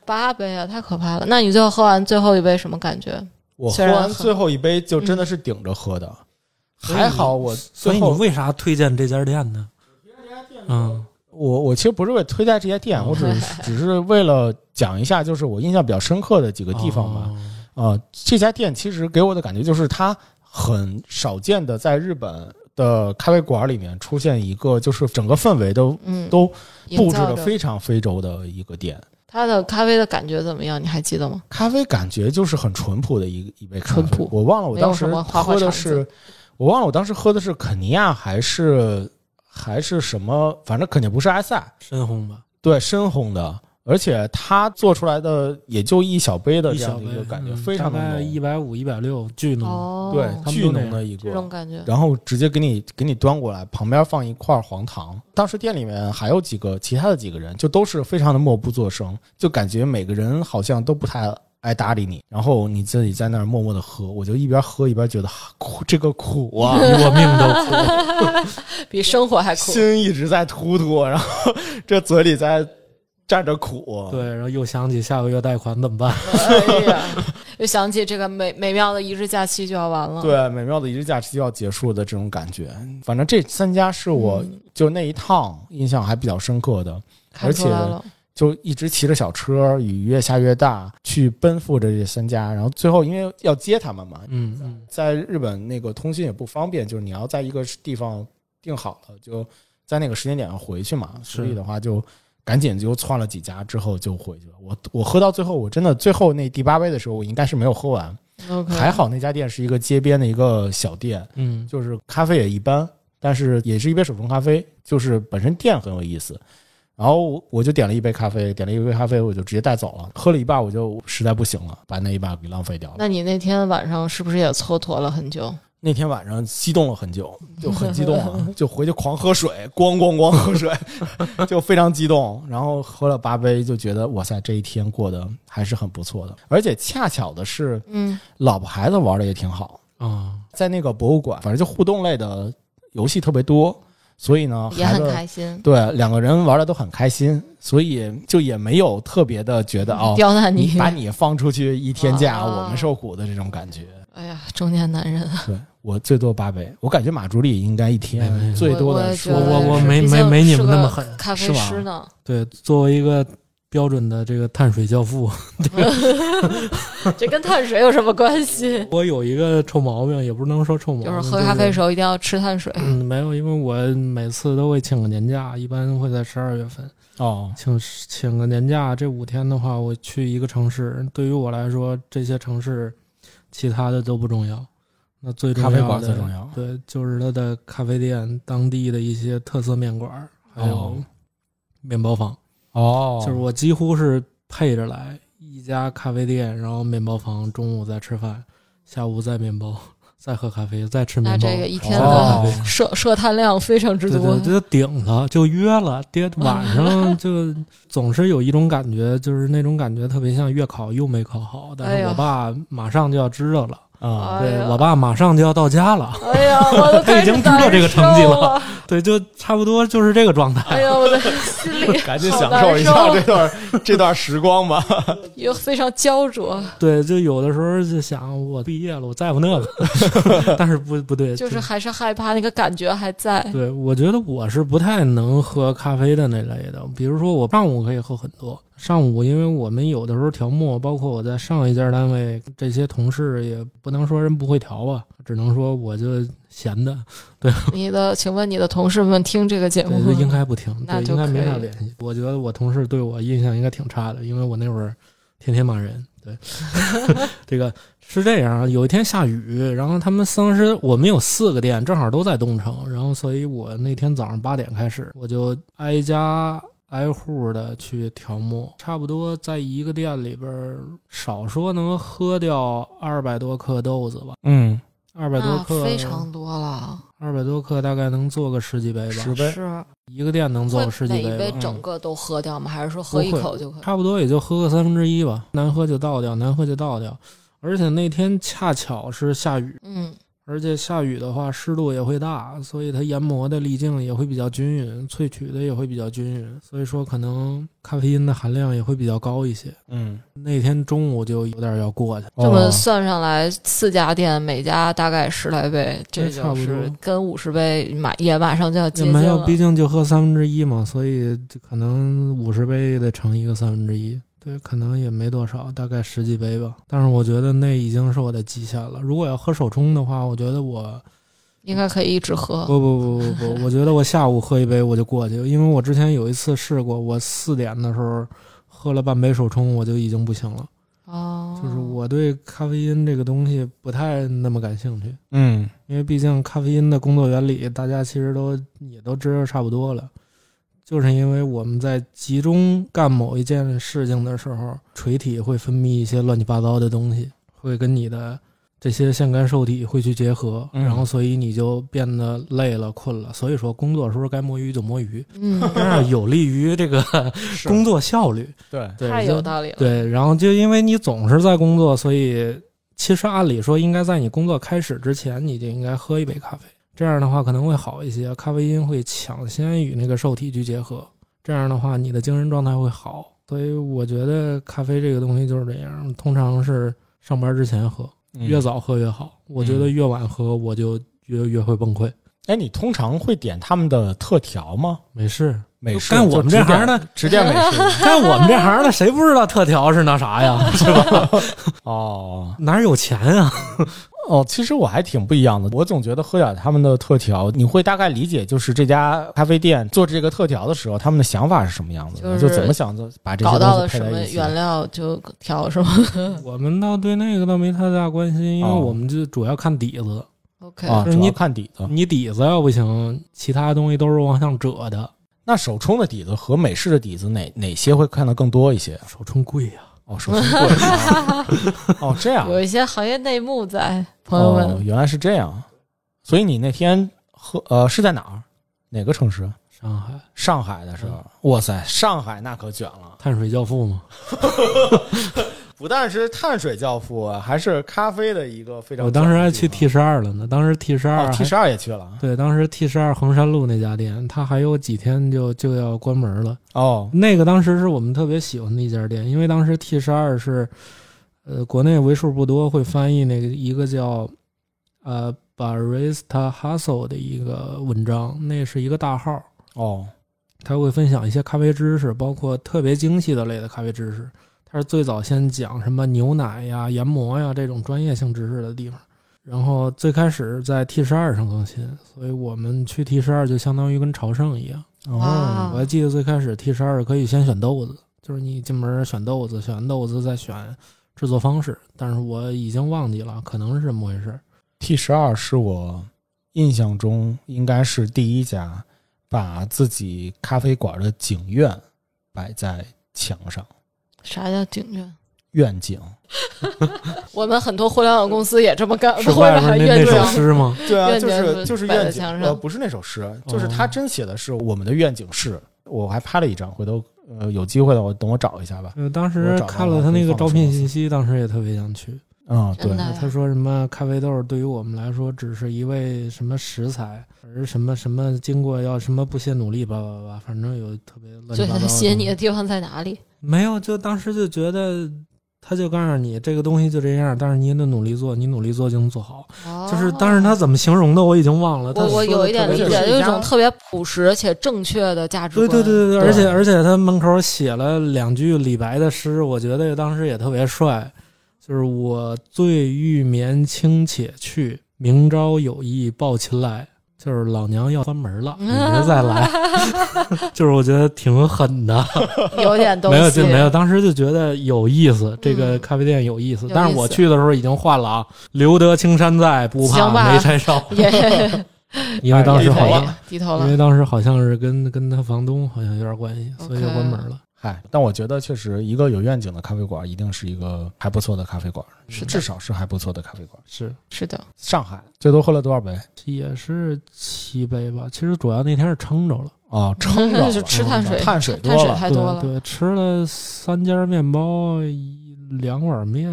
Speaker 3: 八杯啊，太可怕了。那你最后喝完最后一杯什么感觉？
Speaker 1: 我喝
Speaker 3: 虽然
Speaker 1: 完
Speaker 3: 很
Speaker 1: 最后一杯就真的是顶着喝的，还好我
Speaker 2: 嗯所
Speaker 1: 最
Speaker 2: 以
Speaker 1: 后
Speaker 2: 你为啥推荐这家店呢？嗯，
Speaker 1: 我我其实不是为推荐这些店，我只
Speaker 2: [laughs]
Speaker 1: 是只是为了讲一下，就是我印象比较深刻的几个地方吧。
Speaker 2: 哦
Speaker 1: 啊，这家店其实给我的感觉就是它很少见的，在日本的咖啡馆里面出现一个，就是整个氛围都
Speaker 3: 嗯，
Speaker 1: 都布
Speaker 3: 营
Speaker 1: 置
Speaker 3: 造
Speaker 1: 的
Speaker 3: 着
Speaker 1: 非常非洲的一个店。
Speaker 3: 它的咖啡的感觉怎么样？你还记得吗？
Speaker 1: 咖啡感觉就是很淳朴的一一杯咖啡
Speaker 3: 淳朴
Speaker 1: 我忘了我当时
Speaker 3: 没有什么花
Speaker 1: 喝
Speaker 3: 花
Speaker 1: 的
Speaker 3: 肠
Speaker 1: 是
Speaker 3: 子，
Speaker 1: 我忘了我当时喝的是肯尼亚还是还是什么，反正肯定不是埃塞。
Speaker 2: 深红吧，
Speaker 1: 对，深红的。而且它做出来的也就一小杯的
Speaker 2: 一
Speaker 1: 这
Speaker 2: 小
Speaker 1: 样的
Speaker 2: 杯嗯
Speaker 1: 一个感觉，非常的
Speaker 2: 大概一
Speaker 1: 浓，
Speaker 2: 百五、一百六，巨浓。
Speaker 1: 嗯
Speaker 3: 哦，
Speaker 1: 对，
Speaker 2: 他们
Speaker 1: 巨
Speaker 2: 都那样
Speaker 1: 浓的一个
Speaker 3: 这种感觉，
Speaker 1: 然后直接给你给你端过来，旁边放一块黄糖。当时店里面还有几个其他的几个人，就都是非常的默不作声，就感觉每个人好像都不太爱搭理你。然后你自己在那儿默默的喝，我就一边喝一边觉得啊苦，这个苦
Speaker 2: [laughs]
Speaker 1: 啊，
Speaker 2: 比我命都苦。
Speaker 1: [laughs]
Speaker 3: 比生活还苦。
Speaker 1: 心一直在突突，然后这嘴里在蘸着苦。
Speaker 2: 对，然后又想起下个月贷款怎么办？
Speaker 3: 哎呀， [laughs] 又想起这个美美妙的一日假期就要完了。，
Speaker 1: 对，啊美妙的一日假期就要结束的这种感觉。反正这三家是我
Speaker 3: 嗯
Speaker 1: 就那一趟印象还比较深刻的。
Speaker 3: 看出来了。
Speaker 1: 就一直骑着小车，雨越下越大，去奔赴着这三家，然后最后因为要接他们嘛，
Speaker 2: 嗯嗯，
Speaker 1: 在日本那个通信也不方便，就是你要在一个地方定好了，就在那个时间点上回去嘛，
Speaker 2: 是
Speaker 1: 所以的话就赶紧就窜了几家之后就回去了。我我喝到最后，我真的最后那第八杯的时候，我应该是没有喝完，
Speaker 3: OK，
Speaker 1: 还好那家店是一个街边的一个小店，
Speaker 2: 嗯，
Speaker 1: 就是咖啡也一般，但是也是一杯手冲咖啡，就是本身店很有意思。然后我我就点了一杯咖啡，点了一杯咖啡，我就直接带走了，喝了一半我就实在不行了，把那一半给浪费掉了。
Speaker 3: 那你那天晚上是不是也蹉跎了很久？
Speaker 1: 那天晚上激动了很久，就很激动啊，就回去狂喝水，咣咣咣喝水， [laughs] 就非常激动。然后喝了八杯，就觉得哇塞，这一天过得还是很不错的。而且恰巧的是，
Speaker 3: 嗯，
Speaker 1: 老婆孩子玩的也挺好，
Speaker 2: 啊，
Speaker 1: 在那个博物馆，反正就互动类的游戏特别多，所以呢，
Speaker 3: 也
Speaker 1: 孩
Speaker 3: 很
Speaker 1: 子
Speaker 3: 开心，
Speaker 1: 哦对两个人玩的都很开心，所以就也没有特别的觉
Speaker 3: 嗯
Speaker 1: 得哦，
Speaker 3: 刁难
Speaker 1: 你把你放出去一天假，
Speaker 3: 啊
Speaker 1: 我们受苦的这种感觉。
Speaker 3: 哎呀，中年男人，
Speaker 1: 对我最多八杯，我感觉马助理应该一
Speaker 2: 没没
Speaker 1: 天
Speaker 2: 没
Speaker 1: 最多
Speaker 3: 我
Speaker 1: 的
Speaker 3: 也
Speaker 1: 说
Speaker 3: 觉得
Speaker 2: 我我我
Speaker 3: 是
Speaker 2: 没
Speaker 3: 毕
Speaker 2: 没
Speaker 3: 竟
Speaker 2: 没你们
Speaker 3: 是
Speaker 2: 那
Speaker 3: 个
Speaker 2: 么狠
Speaker 3: 咖啡
Speaker 1: 是吧
Speaker 3: 师呢，
Speaker 2: 对，作为一个标准的这个碳水教父，
Speaker 3: [laughs] 这跟碳水有什么关系？
Speaker 2: 我有一个臭毛病，也不能说臭毛病，
Speaker 3: 就是喝咖啡的时候一定要吃碳水。
Speaker 2: 嗯，没有，因为我每次都会请个年假，一般会在十二月份
Speaker 1: 哦，
Speaker 2: 请请个年假。这五天的话，我去一个城市，对于我来说，这些城市其他的都不重要，那最重
Speaker 1: 咖
Speaker 2: 要
Speaker 1: 啡
Speaker 2: 的
Speaker 1: 馆最重要。
Speaker 2: 对，就是它的咖啡店、当地的一些特色面馆儿，还有
Speaker 1: 哦
Speaker 2: 面包房。
Speaker 1: 哦
Speaker 2: 就是我几乎是配着来，一家咖啡店，然后面包房，中午再吃饭，下午再面包， [laughs] 再喝咖啡，再吃
Speaker 3: 那
Speaker 2: 面包。
Speaker 3: 这个一天的
Speaker 1: 哦
Speaker 3: [laughs] 摄摄碳量非常之
Speaker 2: 对
Speaker 3: 多
Speaker 2: 对，，这就顶了，就约了。爹晚
Speaker 3: [laughs]
Speaker 2: 上就总是有一种感觉，就是那种感觉特别像月考又没考好，但
Speaker 3: 哎
Speaker 2: 是
Speaker 3: 呀
Speaker 2: 我爸马上就要知道了，
Speaker 1: [laughs] 啊，
Speaker 3: 哎呀
Speaker 2: 对我爸马上就要到家了， [laughs]
Speaker 3: 哎呀，我 [laughs] 都开始
Speaker 2: 已经知道这个成绩
Speaker 3: 难受
Speaker 2: 了
Speaker 3: 了。
Speaker 2: 对，就差不多就是这个状态。
Speaker 3: [laughs] 哎呀，我的心里
Speaker 1: 赶紧
Speaker 3: 好
Speaker 1: 享
Speaker 3: 难
Speaker 1: 受一下
Speaker 3: 受
Speaker 1: 这段 [laughs] 这段时光吧。
Speaker 3: 又非常焦灼，
Speaker 2: 对，就有的时候就想，我毕业了，我在乎那个， [laughs]
Speaker 3: [laughs]
Speaker 2: 但是不不对，
Speaker 3: 就是还是害怕那个感觉还在。
Speaker 2: 对，我觉得我是不太能喝咖啡的那类的。比如说，我上午可以喝很多。上午，因为我们有的时候调墨，包括我在上一家单位，这些同事也不能说人不会调吧，只能说我就闲的，
Speaker 3: 你的，请问你的同事们听这个节目
Speaker 2: 对，就应
Speaker 3: 吗？
Speaker 2: 该不
Speaker 3: [laughs]
Speaker 2: 听，
Speaker 3: 嗯那
Speaker 2: 对，
Speaker 3: 就
Speaker 2: 应该没啥
Speaker 3: 可以
Speaker 2: 联系。我觉得我同事对我印象应该挺差的，因为我那会儿天天骂人。
Speaker 3: [laughs]
Speaker 2: 对， [laughs] 这个是这样啊。有一天下雨，然后他们当时我们有四个店，正好都在东城，然后所以我那天早上八点开始，我就挨家挨户的去调墨，差不多在一个店里边儿少说能喝掉二百多克豆子吧，
Speaker 1: 嗯，
Speaker 2: 二百多
Speaker 3: 那
Speaker 2: 克，
Speaker 3: 啊非常多了，
Speaker 2: 二百多克大概能做个十几杯吧，
Speaker 1: 十杯
Speaker 3: 是
Speaker 2: 一个店能做
Speaker 3: 会
Speaker 2: 个十几
Speaker 3: 每一
Speaker 2: 杯
Speaker 3: 杯嗯
Speaker 2: 吧。
Speaker 3: 整个都喝掉吗？还是说喝一
Speaker 2: 不会
Speaker 3: 口就可以？
Speaker 2: 差不多也就喝个三分之一吧，难喝就倒掉，难喝就倒掉。而且那天恰巧是下雨，
Speaker 3: 嗯，
Speaker 2: 而且下雨的话湿度也会大，所以它研磨的粒径也会比较均匀，萃取的也会比较均匀，所以说可能咖啡因的含量也会比较高一些。
Speaker 1: 嗯，
Speaker 2: 那天中午就有点要过去，
Speaker 3: 这么
Speaker 1: 哦
Speaker 3: 算上来，四家店每家大概十来杯，这
Speaker 2: 那差
Speaker 3: 就
Speaker 2: 不多
Speaker 3: 是跟五十杯马也马上就要接
Speaker 2: 也
Speaker 3: 近
Speaker 2: 没有，
Speaker 3: 了。
Speaker 2: 毕竟就喝三分之一嘛，所以就可能五十杯得乘一个三分之一。对，可能也没多少，大概十几杯吧。但是我觉得那已经是我的极限了。如果要喝手冲的话，我觉得我
Speaker 3: 应该可以一直喝。
Speaker 2: 不不不不不，我觉得我下午喝一杯我就过去，因为我之前有一次试过，我四点的时候喝了半杯手冲，我就已经不行了。
Speaker 3: 哦，
Speaker 2: 就是我对咖啡因这个东西不太那么感兴趣，
Speaker 1: 嗯，
Speaker 2: 因为毕竟咖啡因的工作原理大家其实都也都知道差不多了。就是因为我们在集中干某一件事情的时候，垂体会分泌一些乱七八糟的东西，会跟你的这些腺苷受体会去结合，
Speaker 1: 嗯
Speaker 2: 然后所以你就变得累了、困了。所以说，工作的时候该摸鱼就摸鱼，
Speaker 3: 嗯，
Speaker 2: 这样有利于这个 [laughs] 工作效率。
Speaker 1: 对，
Speaker 2: 对，
Speaker 3: 太
Speaker 2: 就
Speaker 3: 有道理了。
Speaker 2: 对，然后就因为你总是在工作，所以其实按理说应该在你工作开始之前，你就应该喝一杯咖啡。这样的话可能会好一些，咖啡因会抢先与那个受体去结合。这样的话，你的精神状态会好。所以我觉得咖啡这个东西就是这样，通常是上班之前喝，
Speaker 1: 嗯
Speaker 2: 越早喝越好。我觉得
Speaker 1: 嗯
Speaker 2: 越晚喝，我就越越会崩溃。
Speaker 1: 哎，你通常会点他们的特调吗？
Speaker 2: 没事，哎
Speaker 1: 美式
Speaker 2: 干我们这行的，
Speaker 1: 只点美 [laughs]
Speaker 2: [laughs]
Speaker 1: 式
Speaker 2: 干我们这行的，谁不知道特调是那啥呀？是吧？
Speaker 1: 哦
Speaker 2: 哪有钱啊？
Speaker 1: 哦，其实我还挺不一样的。我总觉得喝点他们的特调，你会大概理解，就是这家咖啡店做这个特调的时候，他们的想法是什么样子的，
Speaker 3: 就是
Speaker 1: 就怎么想着把这
Speaker 3: 搞
Speaker 1: 些
Speaker 3: 到
Speaker 1: 东
Speaker 3: 了
Speaker 1: 西配
Speaker 3: 什么
Speaker 1: 在一起。啊
Speaker 3: 原料就调什么
Speaker 2: [laughs] 我们倒对那个倒没太大关心，因为
Speaker 1: 哦
Speaker 2: 我们就主要看底子。
Speaker 3: ，OK，
Speaker 1: 啊，
Speaker 2: 就是
Speaker 1: 主
Speaker 2: 你
Speaker 1: 要看底子。
Speaker 2: 你底子要不行，其他东西都是往上折的。
Speaker 1: 那手冲的底子和美式的底子哪哪些会看得更多一些？
Speaker 2: 手冲贵呀、
Speaker 1: 哦，手冲贵。
Speaker 3: [laughs]
Speaker 1: 哦，这样
Speaker 3: 有一些行业内幕在，朋友
Speaker 1: 哦
Speaker 3: 们，
Speaker 1: 原来是这样。所以你那天喝呃是在哪儿？哪个城市？
Speaker 2: 上海
Speaker 1: 上海的时候，哇塞，上海那可卷了，
Speaker 2: 碳水教父嘛，
Speaker 1: 不但是碳水教父，还是咖啡的一个非常。
Speaker 2: 我当时还去 T 十二了呢。当时 T 十
Speaker 1: 哦
Speaker 2: 二
Speaker 1: ，T 十二也去了。
Speaker 2: 对，当时 T 十二衡山路那家店，它还有几天就就要关门了。
Speaker 1: 哦，
Speaker 2: 那个当时是我们特别喜欢的一家店，因为当时 T 十二是，呃，国内为数不多会翻译那个一个叫，呃，Barista Hustle 的一个文章，那是一个大号，
Speaker 1: 哦，
Speaker 2: 他会分享一些咖啡知识，包括特别精细的类的咖啡知识。他是最早先讲什么牛奶呀、研磨呀这种专业性知识的地方，然后最开始在 T 十二上更新，所以我们去 T 十二就相当于跟朝圣一样。
Speaker 3: 哇
Speaker 2: 我还记得最开始 T 十二可以先选豆子，就是你进门选豆子，选完豆子再选制作方式，但是我已经忘记了，可能是这么回事儿。
Speaker 1: T 十二是我印象中应该是第一家把自己咖啡馆的景院摆在墙上，
Speaker 3: 啥叫景院？
Speaker 1: 院
Speaker 3: [laughs]
Speaker 1: 景。
Speaker 3: 我们很多互联网公司也这么干，
Speaker 2: 是
Speaker 3: 不会
Speaker 2: 外
Speaker 3: 把
Speaker 2: 边那那
Speaker 3: 院
Speaker 2: 首
Speaker 3: 长
Speaker 2: 诗吗？
Speaker 1: 对啊，
Speaker 3: 愿
Speaker 1: 就
Speaker 3: 景
Speaker 1: 是
Speaker 3: 是
Speaker 1: 就是
Speaker 3: 摆在
Speaker 1: 愿景，
Speaker 3: 墙上
Speaker 1: 呃，不是那首诗，就是他
Speaker 2: 哦
Speaker 1: 真写的是我们的愿景是。我还拍了一张，回头呃有机会的我等我找一下吧。
Speaker 2: 呃，当
Speaker 1: 我
Speaker 2: 时
Speaker 1: 找到
Speaker 2: 看
Speaker 1: 了
Speaker 2: 了他
Speaker 1: 可以
Speaker 2: 那个
Speaker 1: 放
Speaker 2: 招
Speaker 1: 出
Speaker 2: 聘
Speaker 1: 来
Speaker 2: 信息，当时也特别想去。
Speaker 1: 嗯，对
Speaker 3: 真，的
Speaker 2: 他说什么咖啡豆对于我们来说只是一味什么食材，而什么什么经过要什么不懈努力，叭叭叭，反正有特别乱七
Speaker 3: 最
Speaker 2: 八糟的。
Speaker 3: 吸引你的地方在哪里？
Speaker 2: 没有，就当时就觉得，他就告诉你这个东西就这样，但是你得努力做，你努力做就能做好。就是，但是他怎么形容的我已经忘了。
Speaker 3: 哦我我有一点理
Speaker 1: 特别
Speaker 3: 解，
Speaker 1: 是
Speaker 3: 有
Speaker 1: 一
Speaker 3: 一
Speaker 1: 家
Speaker 3: 种特别朴实且正确的价值
Speaker 2: 对
Speaker 3: 观。
Speaker 2: 对对对，而且
Speaker 1: 对
Speaker 2: 而且他门口写了两句李白的诗，我觉得当时也特别帅，就是我醉欲眠卿且去，明朝有意抱琴来，就是老娘要关门
Speaker 3: 嗯
Speaker 2: 了，你明儿再
Speaker 3: [laughs]
Speaker 2: 来，就是我觉得挺狠的，
Speaker 3: [laughs] 有点东
Speaker 2: 没有
Speaker 3: 西，
Speaker 2: 就没有，当时就觉得有意思，这个咖啡店有意思，
Speaker 3: 嗯有
Speaker 2: 但
Speaker 3: 意
Speaker 2: 是我
Speaker 3: 思
Speaker 2: 去的时候已经换了啊，留得青山在，不怕
Speaker 3: 行吧
Speaker 2: 没柴烧，
Speaker 3: [laughs] [laughs]
Speaker 1: [laughs]
Speaker 3: 也
Speaker 2: 因为当
Speaker 1: 哎
Speaker 2: 时
Speaker 1: 呀
Speaker 2: 好
Speaker 1: 哎
Speaker 2: 像
Speaker 1: 呀。
Speaker 3: 低头
Speaker 2: 因
Speaker 3: 了
Speaker 2: 为。当时好像是跟跟他房东好像有点关系，所以就
Speaker 3: OK
Speaker 2: 关门了。
Speaker 1: 嗨，但我觉得确实一个有愿景的咖啡馆，一定是一个还不错的咖啡馆，
Speaker 3: 是
Speaker 1: 至
Speaker 3: 的，
Speaker 1: 少是还不错的咖啡馆。
Speaker 2: 是，
Speaker 3: 是的，
Speaker 1: 上海最多喝了多少杯？
Speaker 2: 也是七杯吧。其实主要那天是撑着了，
Speaker 3: [laughs]
Speaker 1: 哦， [laughs] 撑着了
Speaker 3: 就吃碳水，
Speaker 1: 碳水多
Speaker 3: 碳水
Speaker 1: 了，
Speaker 3: 太多
Speaker 2: 对
Speaker 3: 了。
Speaker 2: 对，吃了三家面包，一两碗面。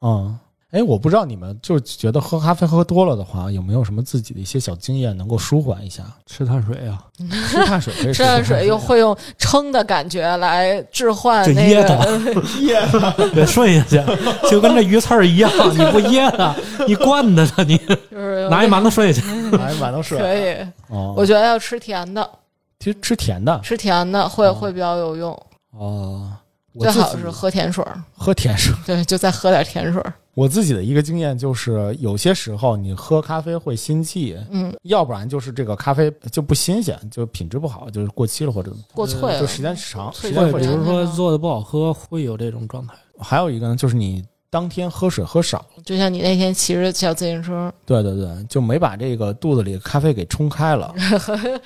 Speaker 1: 嗯。哎，我不知道你们就觉得喝咖啡喝多了的话，有没有什么自己的一些小经验能够舒缓一
Speaker 3: [laughs]
Speaker 1: 下？
Speaker 2: 吃碳水啊，
Speaker 1: 吃碳水可以
Speaker 3: 吃碳水
Speaker 1: [laughs]
Speaker 3: 又会用撑的感觉来置换
Speaker 2: 就
Speaker 3: 哎那
Speaker 2: 噎
Speaker 3: 个
Speaker 2: 它， [laughs] 给顺下去，就跟这鱼刺儿一样，你不噎
Speaker 3: [laughs]
Speaker 2: 它，你灌它它，你
Speaker 3: 就是
Speaker 2: 拿一馒头顺下去。
Speaker 1: 哎，馒头水
Speaker 3: 可以。
Speaker 1: 哦，
Speaker 3: 我觉得要吃甜的，
Speaker 1: 其实吃甜的
Speaker 3: 吃甜的会
Speaker 1: 哦
Speaker 3: 会比较有用，
Speaker 1: 哦，我
Speaker 3: 最
Speaker 1: 自
Speaker 3: 好
Speaker 1: 己
Speaker 3: 是喝甜水儿。
Speaker 1: 喝甜水。
Speaker 3: 对，就再喝点甜水儿。
Speaker 1: 我自己的一个经验就是，有些时候你喝咖啡会心悸，
Speaker 3: 嗯，
Speaker 1: 要不然就是这个咖啡就不新鲜，就品质不好，就是过期了或者
Speaker 3: 过
Speaker 2: 呃
Speaker 3: 脆
Speaker 1: 就
Speaker 3: 了。
Speaker 1: 时间长，
Speaker 3: 脆
Speaker 1: 时
Speaker 3: 弱
Speaker 1: 间
Speaker 2: 会
Speaker 1: 会
Speaker 2: 比
Speaker 1: 长
Speaker 2: 如。说做的不好喝，会有这种状态。
Speaker 1: 还有一个呢，就是你当天喝水喝少了，
Speaker 3: 就像你那天骑着小自行车，
Speaker 1: 对对对，就没把这个肚子里的咖啡给冲开
Speaker 3: [laughs]
Speaker 1: 了，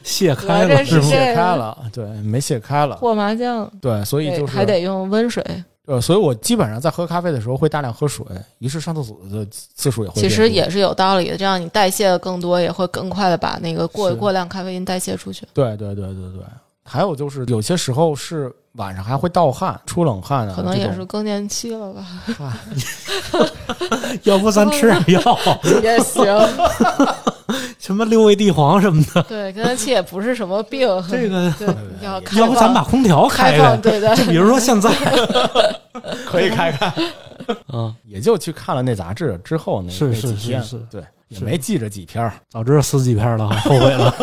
Speaker 2: 泄开
Speaker 3: 我这
Speaker 2: 了
Speaker 3: 是
Speaker 2: 是吗？
Speaker 3: 这
Speaker 1: 泄开了，对，没泄开了，
Speaker 3: 和麻将，
Speaker 1: 对，所以
Speaker 3: 对
Speaker 1: 就是
Speaker 3: 还得用温水。
Speaker 1: 呃，所以我基本上在喝咖啡的时候会大量喝水，于是上厕所的次数也会
Speaker 3: 其
Speaker 1: 变
Speaker 3: 实
Speaker 1: 多
Speaker 3: 也是有道理的，这样你代谢的更多，也会更快的把那个过
Speaker 1: 是
Speaker 3: 过量咖啡因代谢出去，
Speaker 1: 对对对对对。还有就是有些时候是晚上还会盗汗、出冷汗啊，
Speaker 3: 可能也
Speaker 1: 这
Speaker 3: 是
Speaker 1: 种
Speaker 3: 更年期了吧，
Speaker 2: 要不咱吃点
Speaker 3: [laughs]
Speaker 2: 药，
Speaker 3: [laughs] 也行。
Speaker 2: 什么六味地黄什么的，
Speaker 3: 对，更年期也不是什么
Speaker 2: [laughs]
Speaker 3: 病，
Speaker 2: 这个
Speaker 3: 对，要开
Speaker 2: 要不咱
Speaker 3: 放
Speaker 2: 把空调开
Speaker 3: 开放
Speaker 2: 开？[laughs]
Speaker 3: 对待。
Speaker 2: 就比如说现在，
Speaker 1: 可以看看。
Speaker 2: 嗯，
Speaker 1: 也就去看了那杂志之后那
Speaker 2: 是
Speaker 1: 那
Speaker 2: 是
Speaker 1: 几
Speaker 2: 是
Speaker 1: 天，
Speaker 2: 是
Speaker 1: 对，也
Speaker 2: 是
Speaker 1: 没记着几篇儿。
Speaker 2: 早知道撕几片了，后悔了。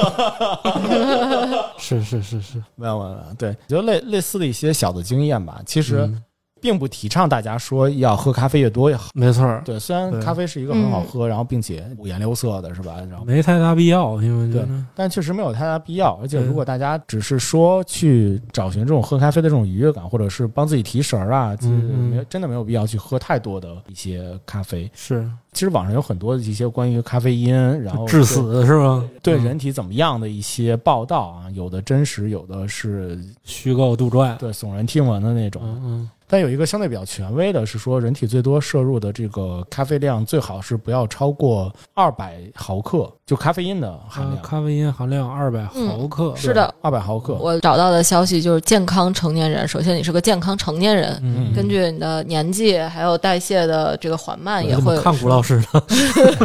Speaker 3: [laughs]
Speaker 2: 是是是是，
Speaker 1: 没有没有，没有对，就类类似的一些小的经验吧。其实
Speaker 2: 嗯
Speaker 1: 并不提倡大家说要喝咖啡越多越好。
Speaker 2: 没错儿，
Speaker 1: 对，虽然
Speaker 2: 对嗯
Speaker 1: 咖啡是一个很好喝，然后并且五颜六色的，是吧？然后
Speaker 2: 没太大必要，因为我觉得
Speaker 1: 但确实没有太大必要。而且
Speaker 2: 对
Speaker 1: 如果大家只是说去找寻这种喝咖啡的这种愉悦感，或者是帮自己提神儿啊，其实
Speaker 2: 嗯嗯
Speaker 1: 没有真的没有必要去喝太多的一些咖啡。
Speaker 2: 是
Speaker 1: 其实网上有很多的一些关于咖啡因，然后
Speaker 2: 致死是吧？
Speaker 1: 哦对
Speaker 2: 嗯
Speaker 1: 人体怎么样的一些报道啊，有的真实，有的是
Speaker 2: 虚构杜撰。
Speaker 1: 对耸人听闻的那种。
Speaker 2: 嗯嗯，
Speaker 1: 但有一个相对比较权威的是说，人体最多摄入的这个咖啡量最好是不要超过二百毫克，就咖啡因的含
Speaker 2: 啊
Speaker 1: 量。
Speaker 2: 咖啡因含量二百毫克，
Speaker 3: [laughs] 嗯是的，
Speaker 1: 二百毫克。
Speaker 3: 我找到的消息就是，健康成年人，首先你是个健康成年人，
Speaker 2: 嗯，
Speaker 3: 根据你的年纪还有代谢的这个缓慢，也
Speaker 2: 我怎么
Speaker 3: 会
Speaker 2: 看古老
Speaker 3: [laughs]
Speaker 2: 师呢， [laughs]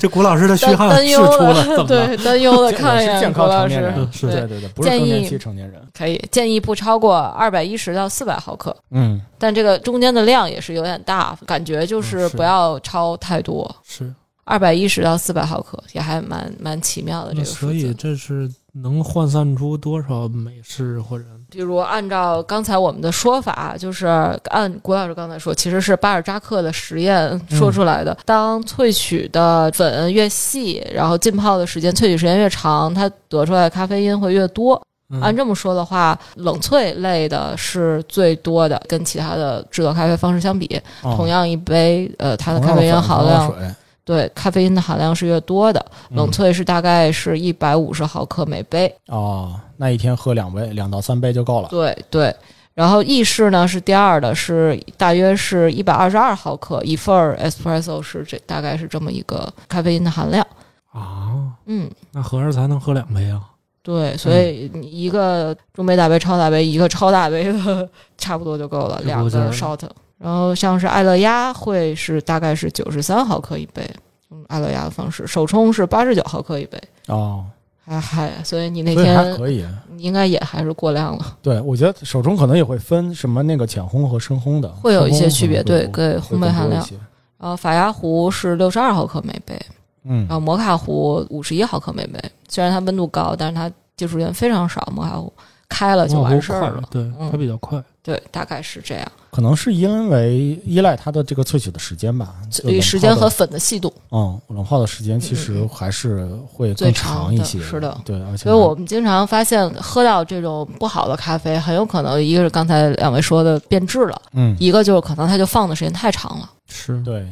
Speaker 2: 这古老师的虚
Speaker 3: 担
Speaker 2: 汗
Speaker 3: 担
Speaker 2: 是
Speaker 3: 忧
Speaker 2: 出
Speaker 3: 了 [laughs]
Speaker 2: 了，怎么了？
Speaker 3: 对担忧的
Speaker 1: 健
Speaker 3: 看一
Speaker 1: 是
Speaker 3: 眼
Speaker 1: 健
Speaker 3: 郭
Speaker 1: 康
Speaker 3: 老
Speaker 1: 成年
Speaker 3: 师
Speaker 1: 人，
Speaker 2: 是
Speaker 1: 对对对，不是
Speaker 3: 建
Speaker 1: 更年
Speaker 3: 议
Speaker 1: 期成年人。
Speaker 3: 可以建议不超过二百一十到四百毫克，
Speaker 1: 嗯，
Speaker 3: 但这个中间的量也是有点大，感觉就
Speaker 2: 嗯
Speaker 3: 是
Speaker 2: 是
Speaker 3: 不要超太多，
Speaker 2: 是，
Speaker 3: 二百一十到四百毫克也还蛮蛮奇妙的这
Speaker 2: 那
Speaker 3: 个数
Speaker 2: 所以
Speaker 3: 字。
Speaker 2: 这是能换算出多少美式或者
Speaker 3: 比如按照刚才我们的说法，就是按郭老师刚才说，其实是巴尔扎克的实验
Speaker 2: 嗯
Speaker 3: 说出来的。当萃取的粉越细，然后浸泡的时间萃取时间越长，它得出来的咖啡因会越多。按
Speaker 2: 照
Speaker 3: 这么说的话，冷萃类的是最多的，跟其他的制作咖啡方式相比，
Speaker 1: 哦
Speaker 3: 同样一杯，呃，它的
Speaker 1: 同
Speaker 3: 咖
Speaker 1: 样
Speaker 3: 啡因
Speaker 1: 粉
Speaker 3: 含
Speaker 1: 同样
Speaker 3: 量，
Speaker 1: 水嗯
Speaker 3: 对咖啡因的含量是越多的。冷萃是大概是一百五十毫克每杯，
Speaker 1: 哦，那一天喝两杯，两到三杯就够了。
Speaker 3: 对对。然后意式呢是第二的，是大约是一百二十二毫克一份儿 espresso 是这大概是这么一个咖啡因的含量。
Speaker 2: 啊，
Speaker 3: 嗯，
Speaker 2: 那合着才能喝两杯啊？
Speaker 3: 对，所以你一个中杯大杯、超大杯，一个超大杯的差不多就够了，
Speaker 2: 就
Speaker 3: 两
Speaker 2: 够劲儿
Speaker 3: 个
Speaker 2: 了
Speaker 3: shot。然后像是爱乐压会是大概是九十三毫克一杯，嗯，爱乐压的方式，手冲是八十九毫克一杯，
Speaker 1: 哦，
Speaker 3: 还还，所以你那
Speaker 1: 所以还
Speaker 3: 天
Speaker 1: 可以。
Speaker 3: 你应该也还是过量了，
Speaker 1: 对，我觉得手中可能也会分什么那个浅烘和深烘的，
Speaker 3: 会有一些
Speaker 1: 深烘
Speaker 3: 区别，
Speaker 1: 可能
Speaker 3: 对，跟
Speaker 1: 会
Speaker 3: 烘焙
Speaker 1: 会
Speaker 3: 含量
Speaker 1: 更多一。些
Speaker 3: 然后法压壶是六十二毫克每杯，
Speaker 1: 嗯
Speaker 3: 然，后摩卡壶五十一毫克每杯，虽然它温度高，但是它接触源非常少，摩卡壶开了就
Speaker 2: 往后
Speaker 3: 完事
Speaker 2: 快
Speaker 3: 儿了，
Speaker 2: 对，
Speaker 3: 嗯
Speaker 2: 它比较快。
Speaker 3: 对，大概是这样。
Speaker 1: 可能是因为依赖它的这个萃取的时间吧，就冷泡的
Speaker 3: 时间和粉的细度，
Speaker 1: 嗯冷泡的时间其
Speaker 3: 嗯
Speaker 1: 实
Speaker 3: 嗯
Speaker 1: 还是会
Speaker 3: 最
Speaker 1: 更
Speaker 3: 长
Speaker 1: 一
Speaker 3: 的
Speaker 1: 些，
Speaker 3: 是的
Speaker 1: 对，而且
Speaker 3: 所以我们经常发现，喝到这种不好的咖啡，很有可能一个是刚才两位说的变质了，
Speaker 1: 嗯，
Speaker 3: 一个就是可能它就放的时间太长了。
Speaker 2: 是，
Speaker 1: 对，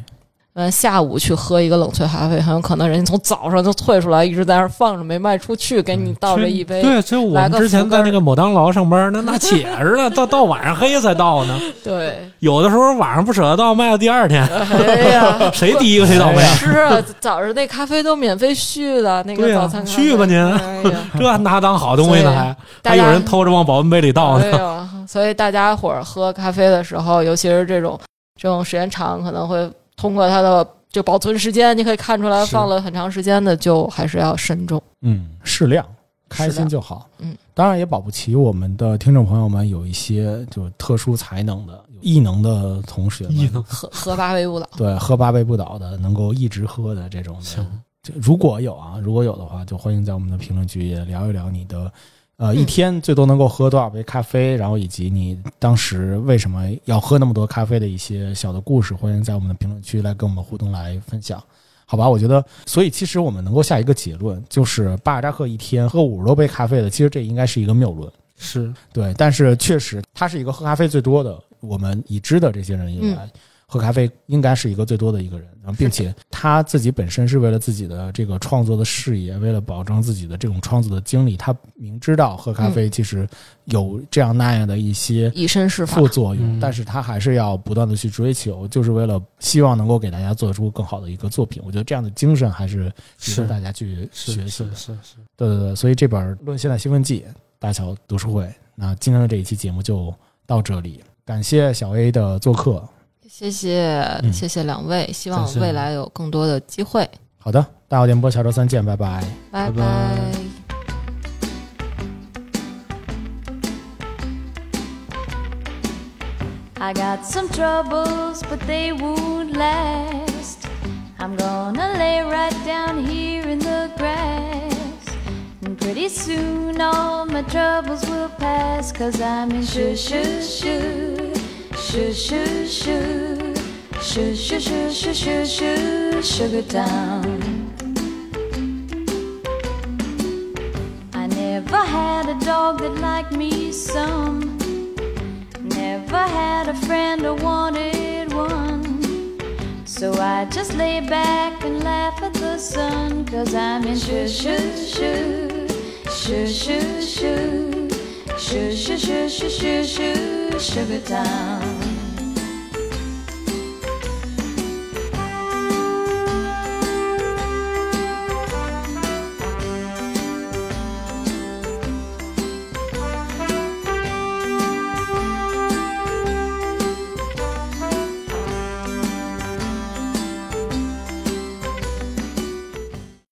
Speaker 3: 嗯，下午去喝一个冷萃咖啡，很有可能人家从早上就萃出来，一直在那儿放着没卖出去，给你倒
Speaker 2: 这
Speaker 3: 这一杯。
Speaker 2: 嗯对，这我
Speaker 3: 来
Speaker 2: 们
Speaker 3: 个
Speaker 2: 之前
Speaker 3: 福根
Speaker 2: 在
Speaker 3: 儿
Speaker 2: 那个某当劳上班，
Speaker 3: [laughs]
Speaker 2: 那那且着呢，到到晚上黑才到呢。 [laughs]
Speaker 3: 对，
Speaker 2: 有的时候晚上不舍得到，卖到第二天，
Speaker 3: 哎呀，
Speaker 2: 谁第一个谁倒霉啊？
Speaker 3: 是啊，早上那咖啡都免费续的，那
Speaker 2: 对
Speaker 3: 个
Speaker 2: 啊
Speaker 3: 早餐咖啡
Speaker 2: 续吧您
Speaker 3: 哎呀，
Speaker 2: 这拿当好东西呢，还
Speaker 3: 大
Speaker 2: [laughs] 还
Speaker 3: 家
Speaker 2: 有人偷着往保温杯里倒
Speaker 3: 对 [laughs]
Speaker 2: 呢。
Speaker 3: 呀，所以大家伙儿喝咖啡的时候，尤其是这种这种时间长，可能会通过它的就保存时间，你可以看出来
Speaker 2: 是
Speaker 3: 放了很长时间的，就还是要慎重。
Speaker 1: 嗯，适量，开
Speaker 3: 适量
Speaker 1: 心就好。
Speaker 3: 嗯，
Speaker 1: 当然也保不齐我们的听众朋友们有一些就特殊才能的、有异能的同学
Speaker 2: 异
Speaker 1: 们，
Speaker 2: 能
Speaker 3: 喝喝八味不倒，
Speaker 1: 对，喝八杯不倒的，能够一直喝的这种的
Speaker 2: 行，
Speaker 1: 这如果有啊，如果有的话，就欢迎在我们的评论区也聊一聊你的。呃，一天最多能够喝多少杯咖啡？然后以及你当时为什么要喝那么多咖啡的一些小的故事，欢迎在我们的评论区来跟我们互动来分享，好吧？我觉得，所以其实我们能够下一个结论，就是巴尔扎克一天喝五十多杯咖啡的，其实这应该是一个谬论，
Speaker 2: 是
Speaker 1: 对。但是确实，他是一个喝咖啡最多的，我们已知的这些人以外，喝咖啡应该是一个最多的一个人，然后并且他自己本身是为了自己的这个创作的事业，为了保证自己的这种创作的经历，他明知道喝咖啡其实有这样那样的一些
Speaker 3: 以身试法。
Speaker 1: 副作用，
Speaker 2: 嗯
Speaker 1: 但是他还是要不断的去追求，就是为了希望能够给大家做出更好的一个作品。我觉得这样的精神还是值得大家去学
Speaker 2: 是
Speaker 1: 习的
Speaker 2: 是。是是，
Speaker 1: 对对对，所以这本《论现代兴奋剂》大小读书会，那今天的这一期节目就到这里，感谢小 A 的做客。
Speaker 3: 谢谢、
Speaker 1: 嗯
Speaker 3: 谢谢两位，希
Speaker 2: 感
Speaker 3: 望
Speaker 2: 谢
Speaker 3: 未来有更多的机会。
Speaker 1: 好的，大小电波，下周三见，拜拜。
Speaker 3: 拜
Speaker 2: 拜拜
Speaker 4: I got some troubles, but they won't last. I'm gonna lay right down here in the grass. And pretty soon all my troubles will pass. Cause I'm in shoo shoo shoo. Shoo shoo shoo. Shoo shoo shoo shoo shoo shoo. Sugar town. I never had a dog that liked me some. Never had a friend or wanted one. So I just lay back and laugh at the sun. Cause I'm in shoo shoo shoo. Shoo shoo shoo. Shoo shoo shoo shoo shoo shoo. Sugar town.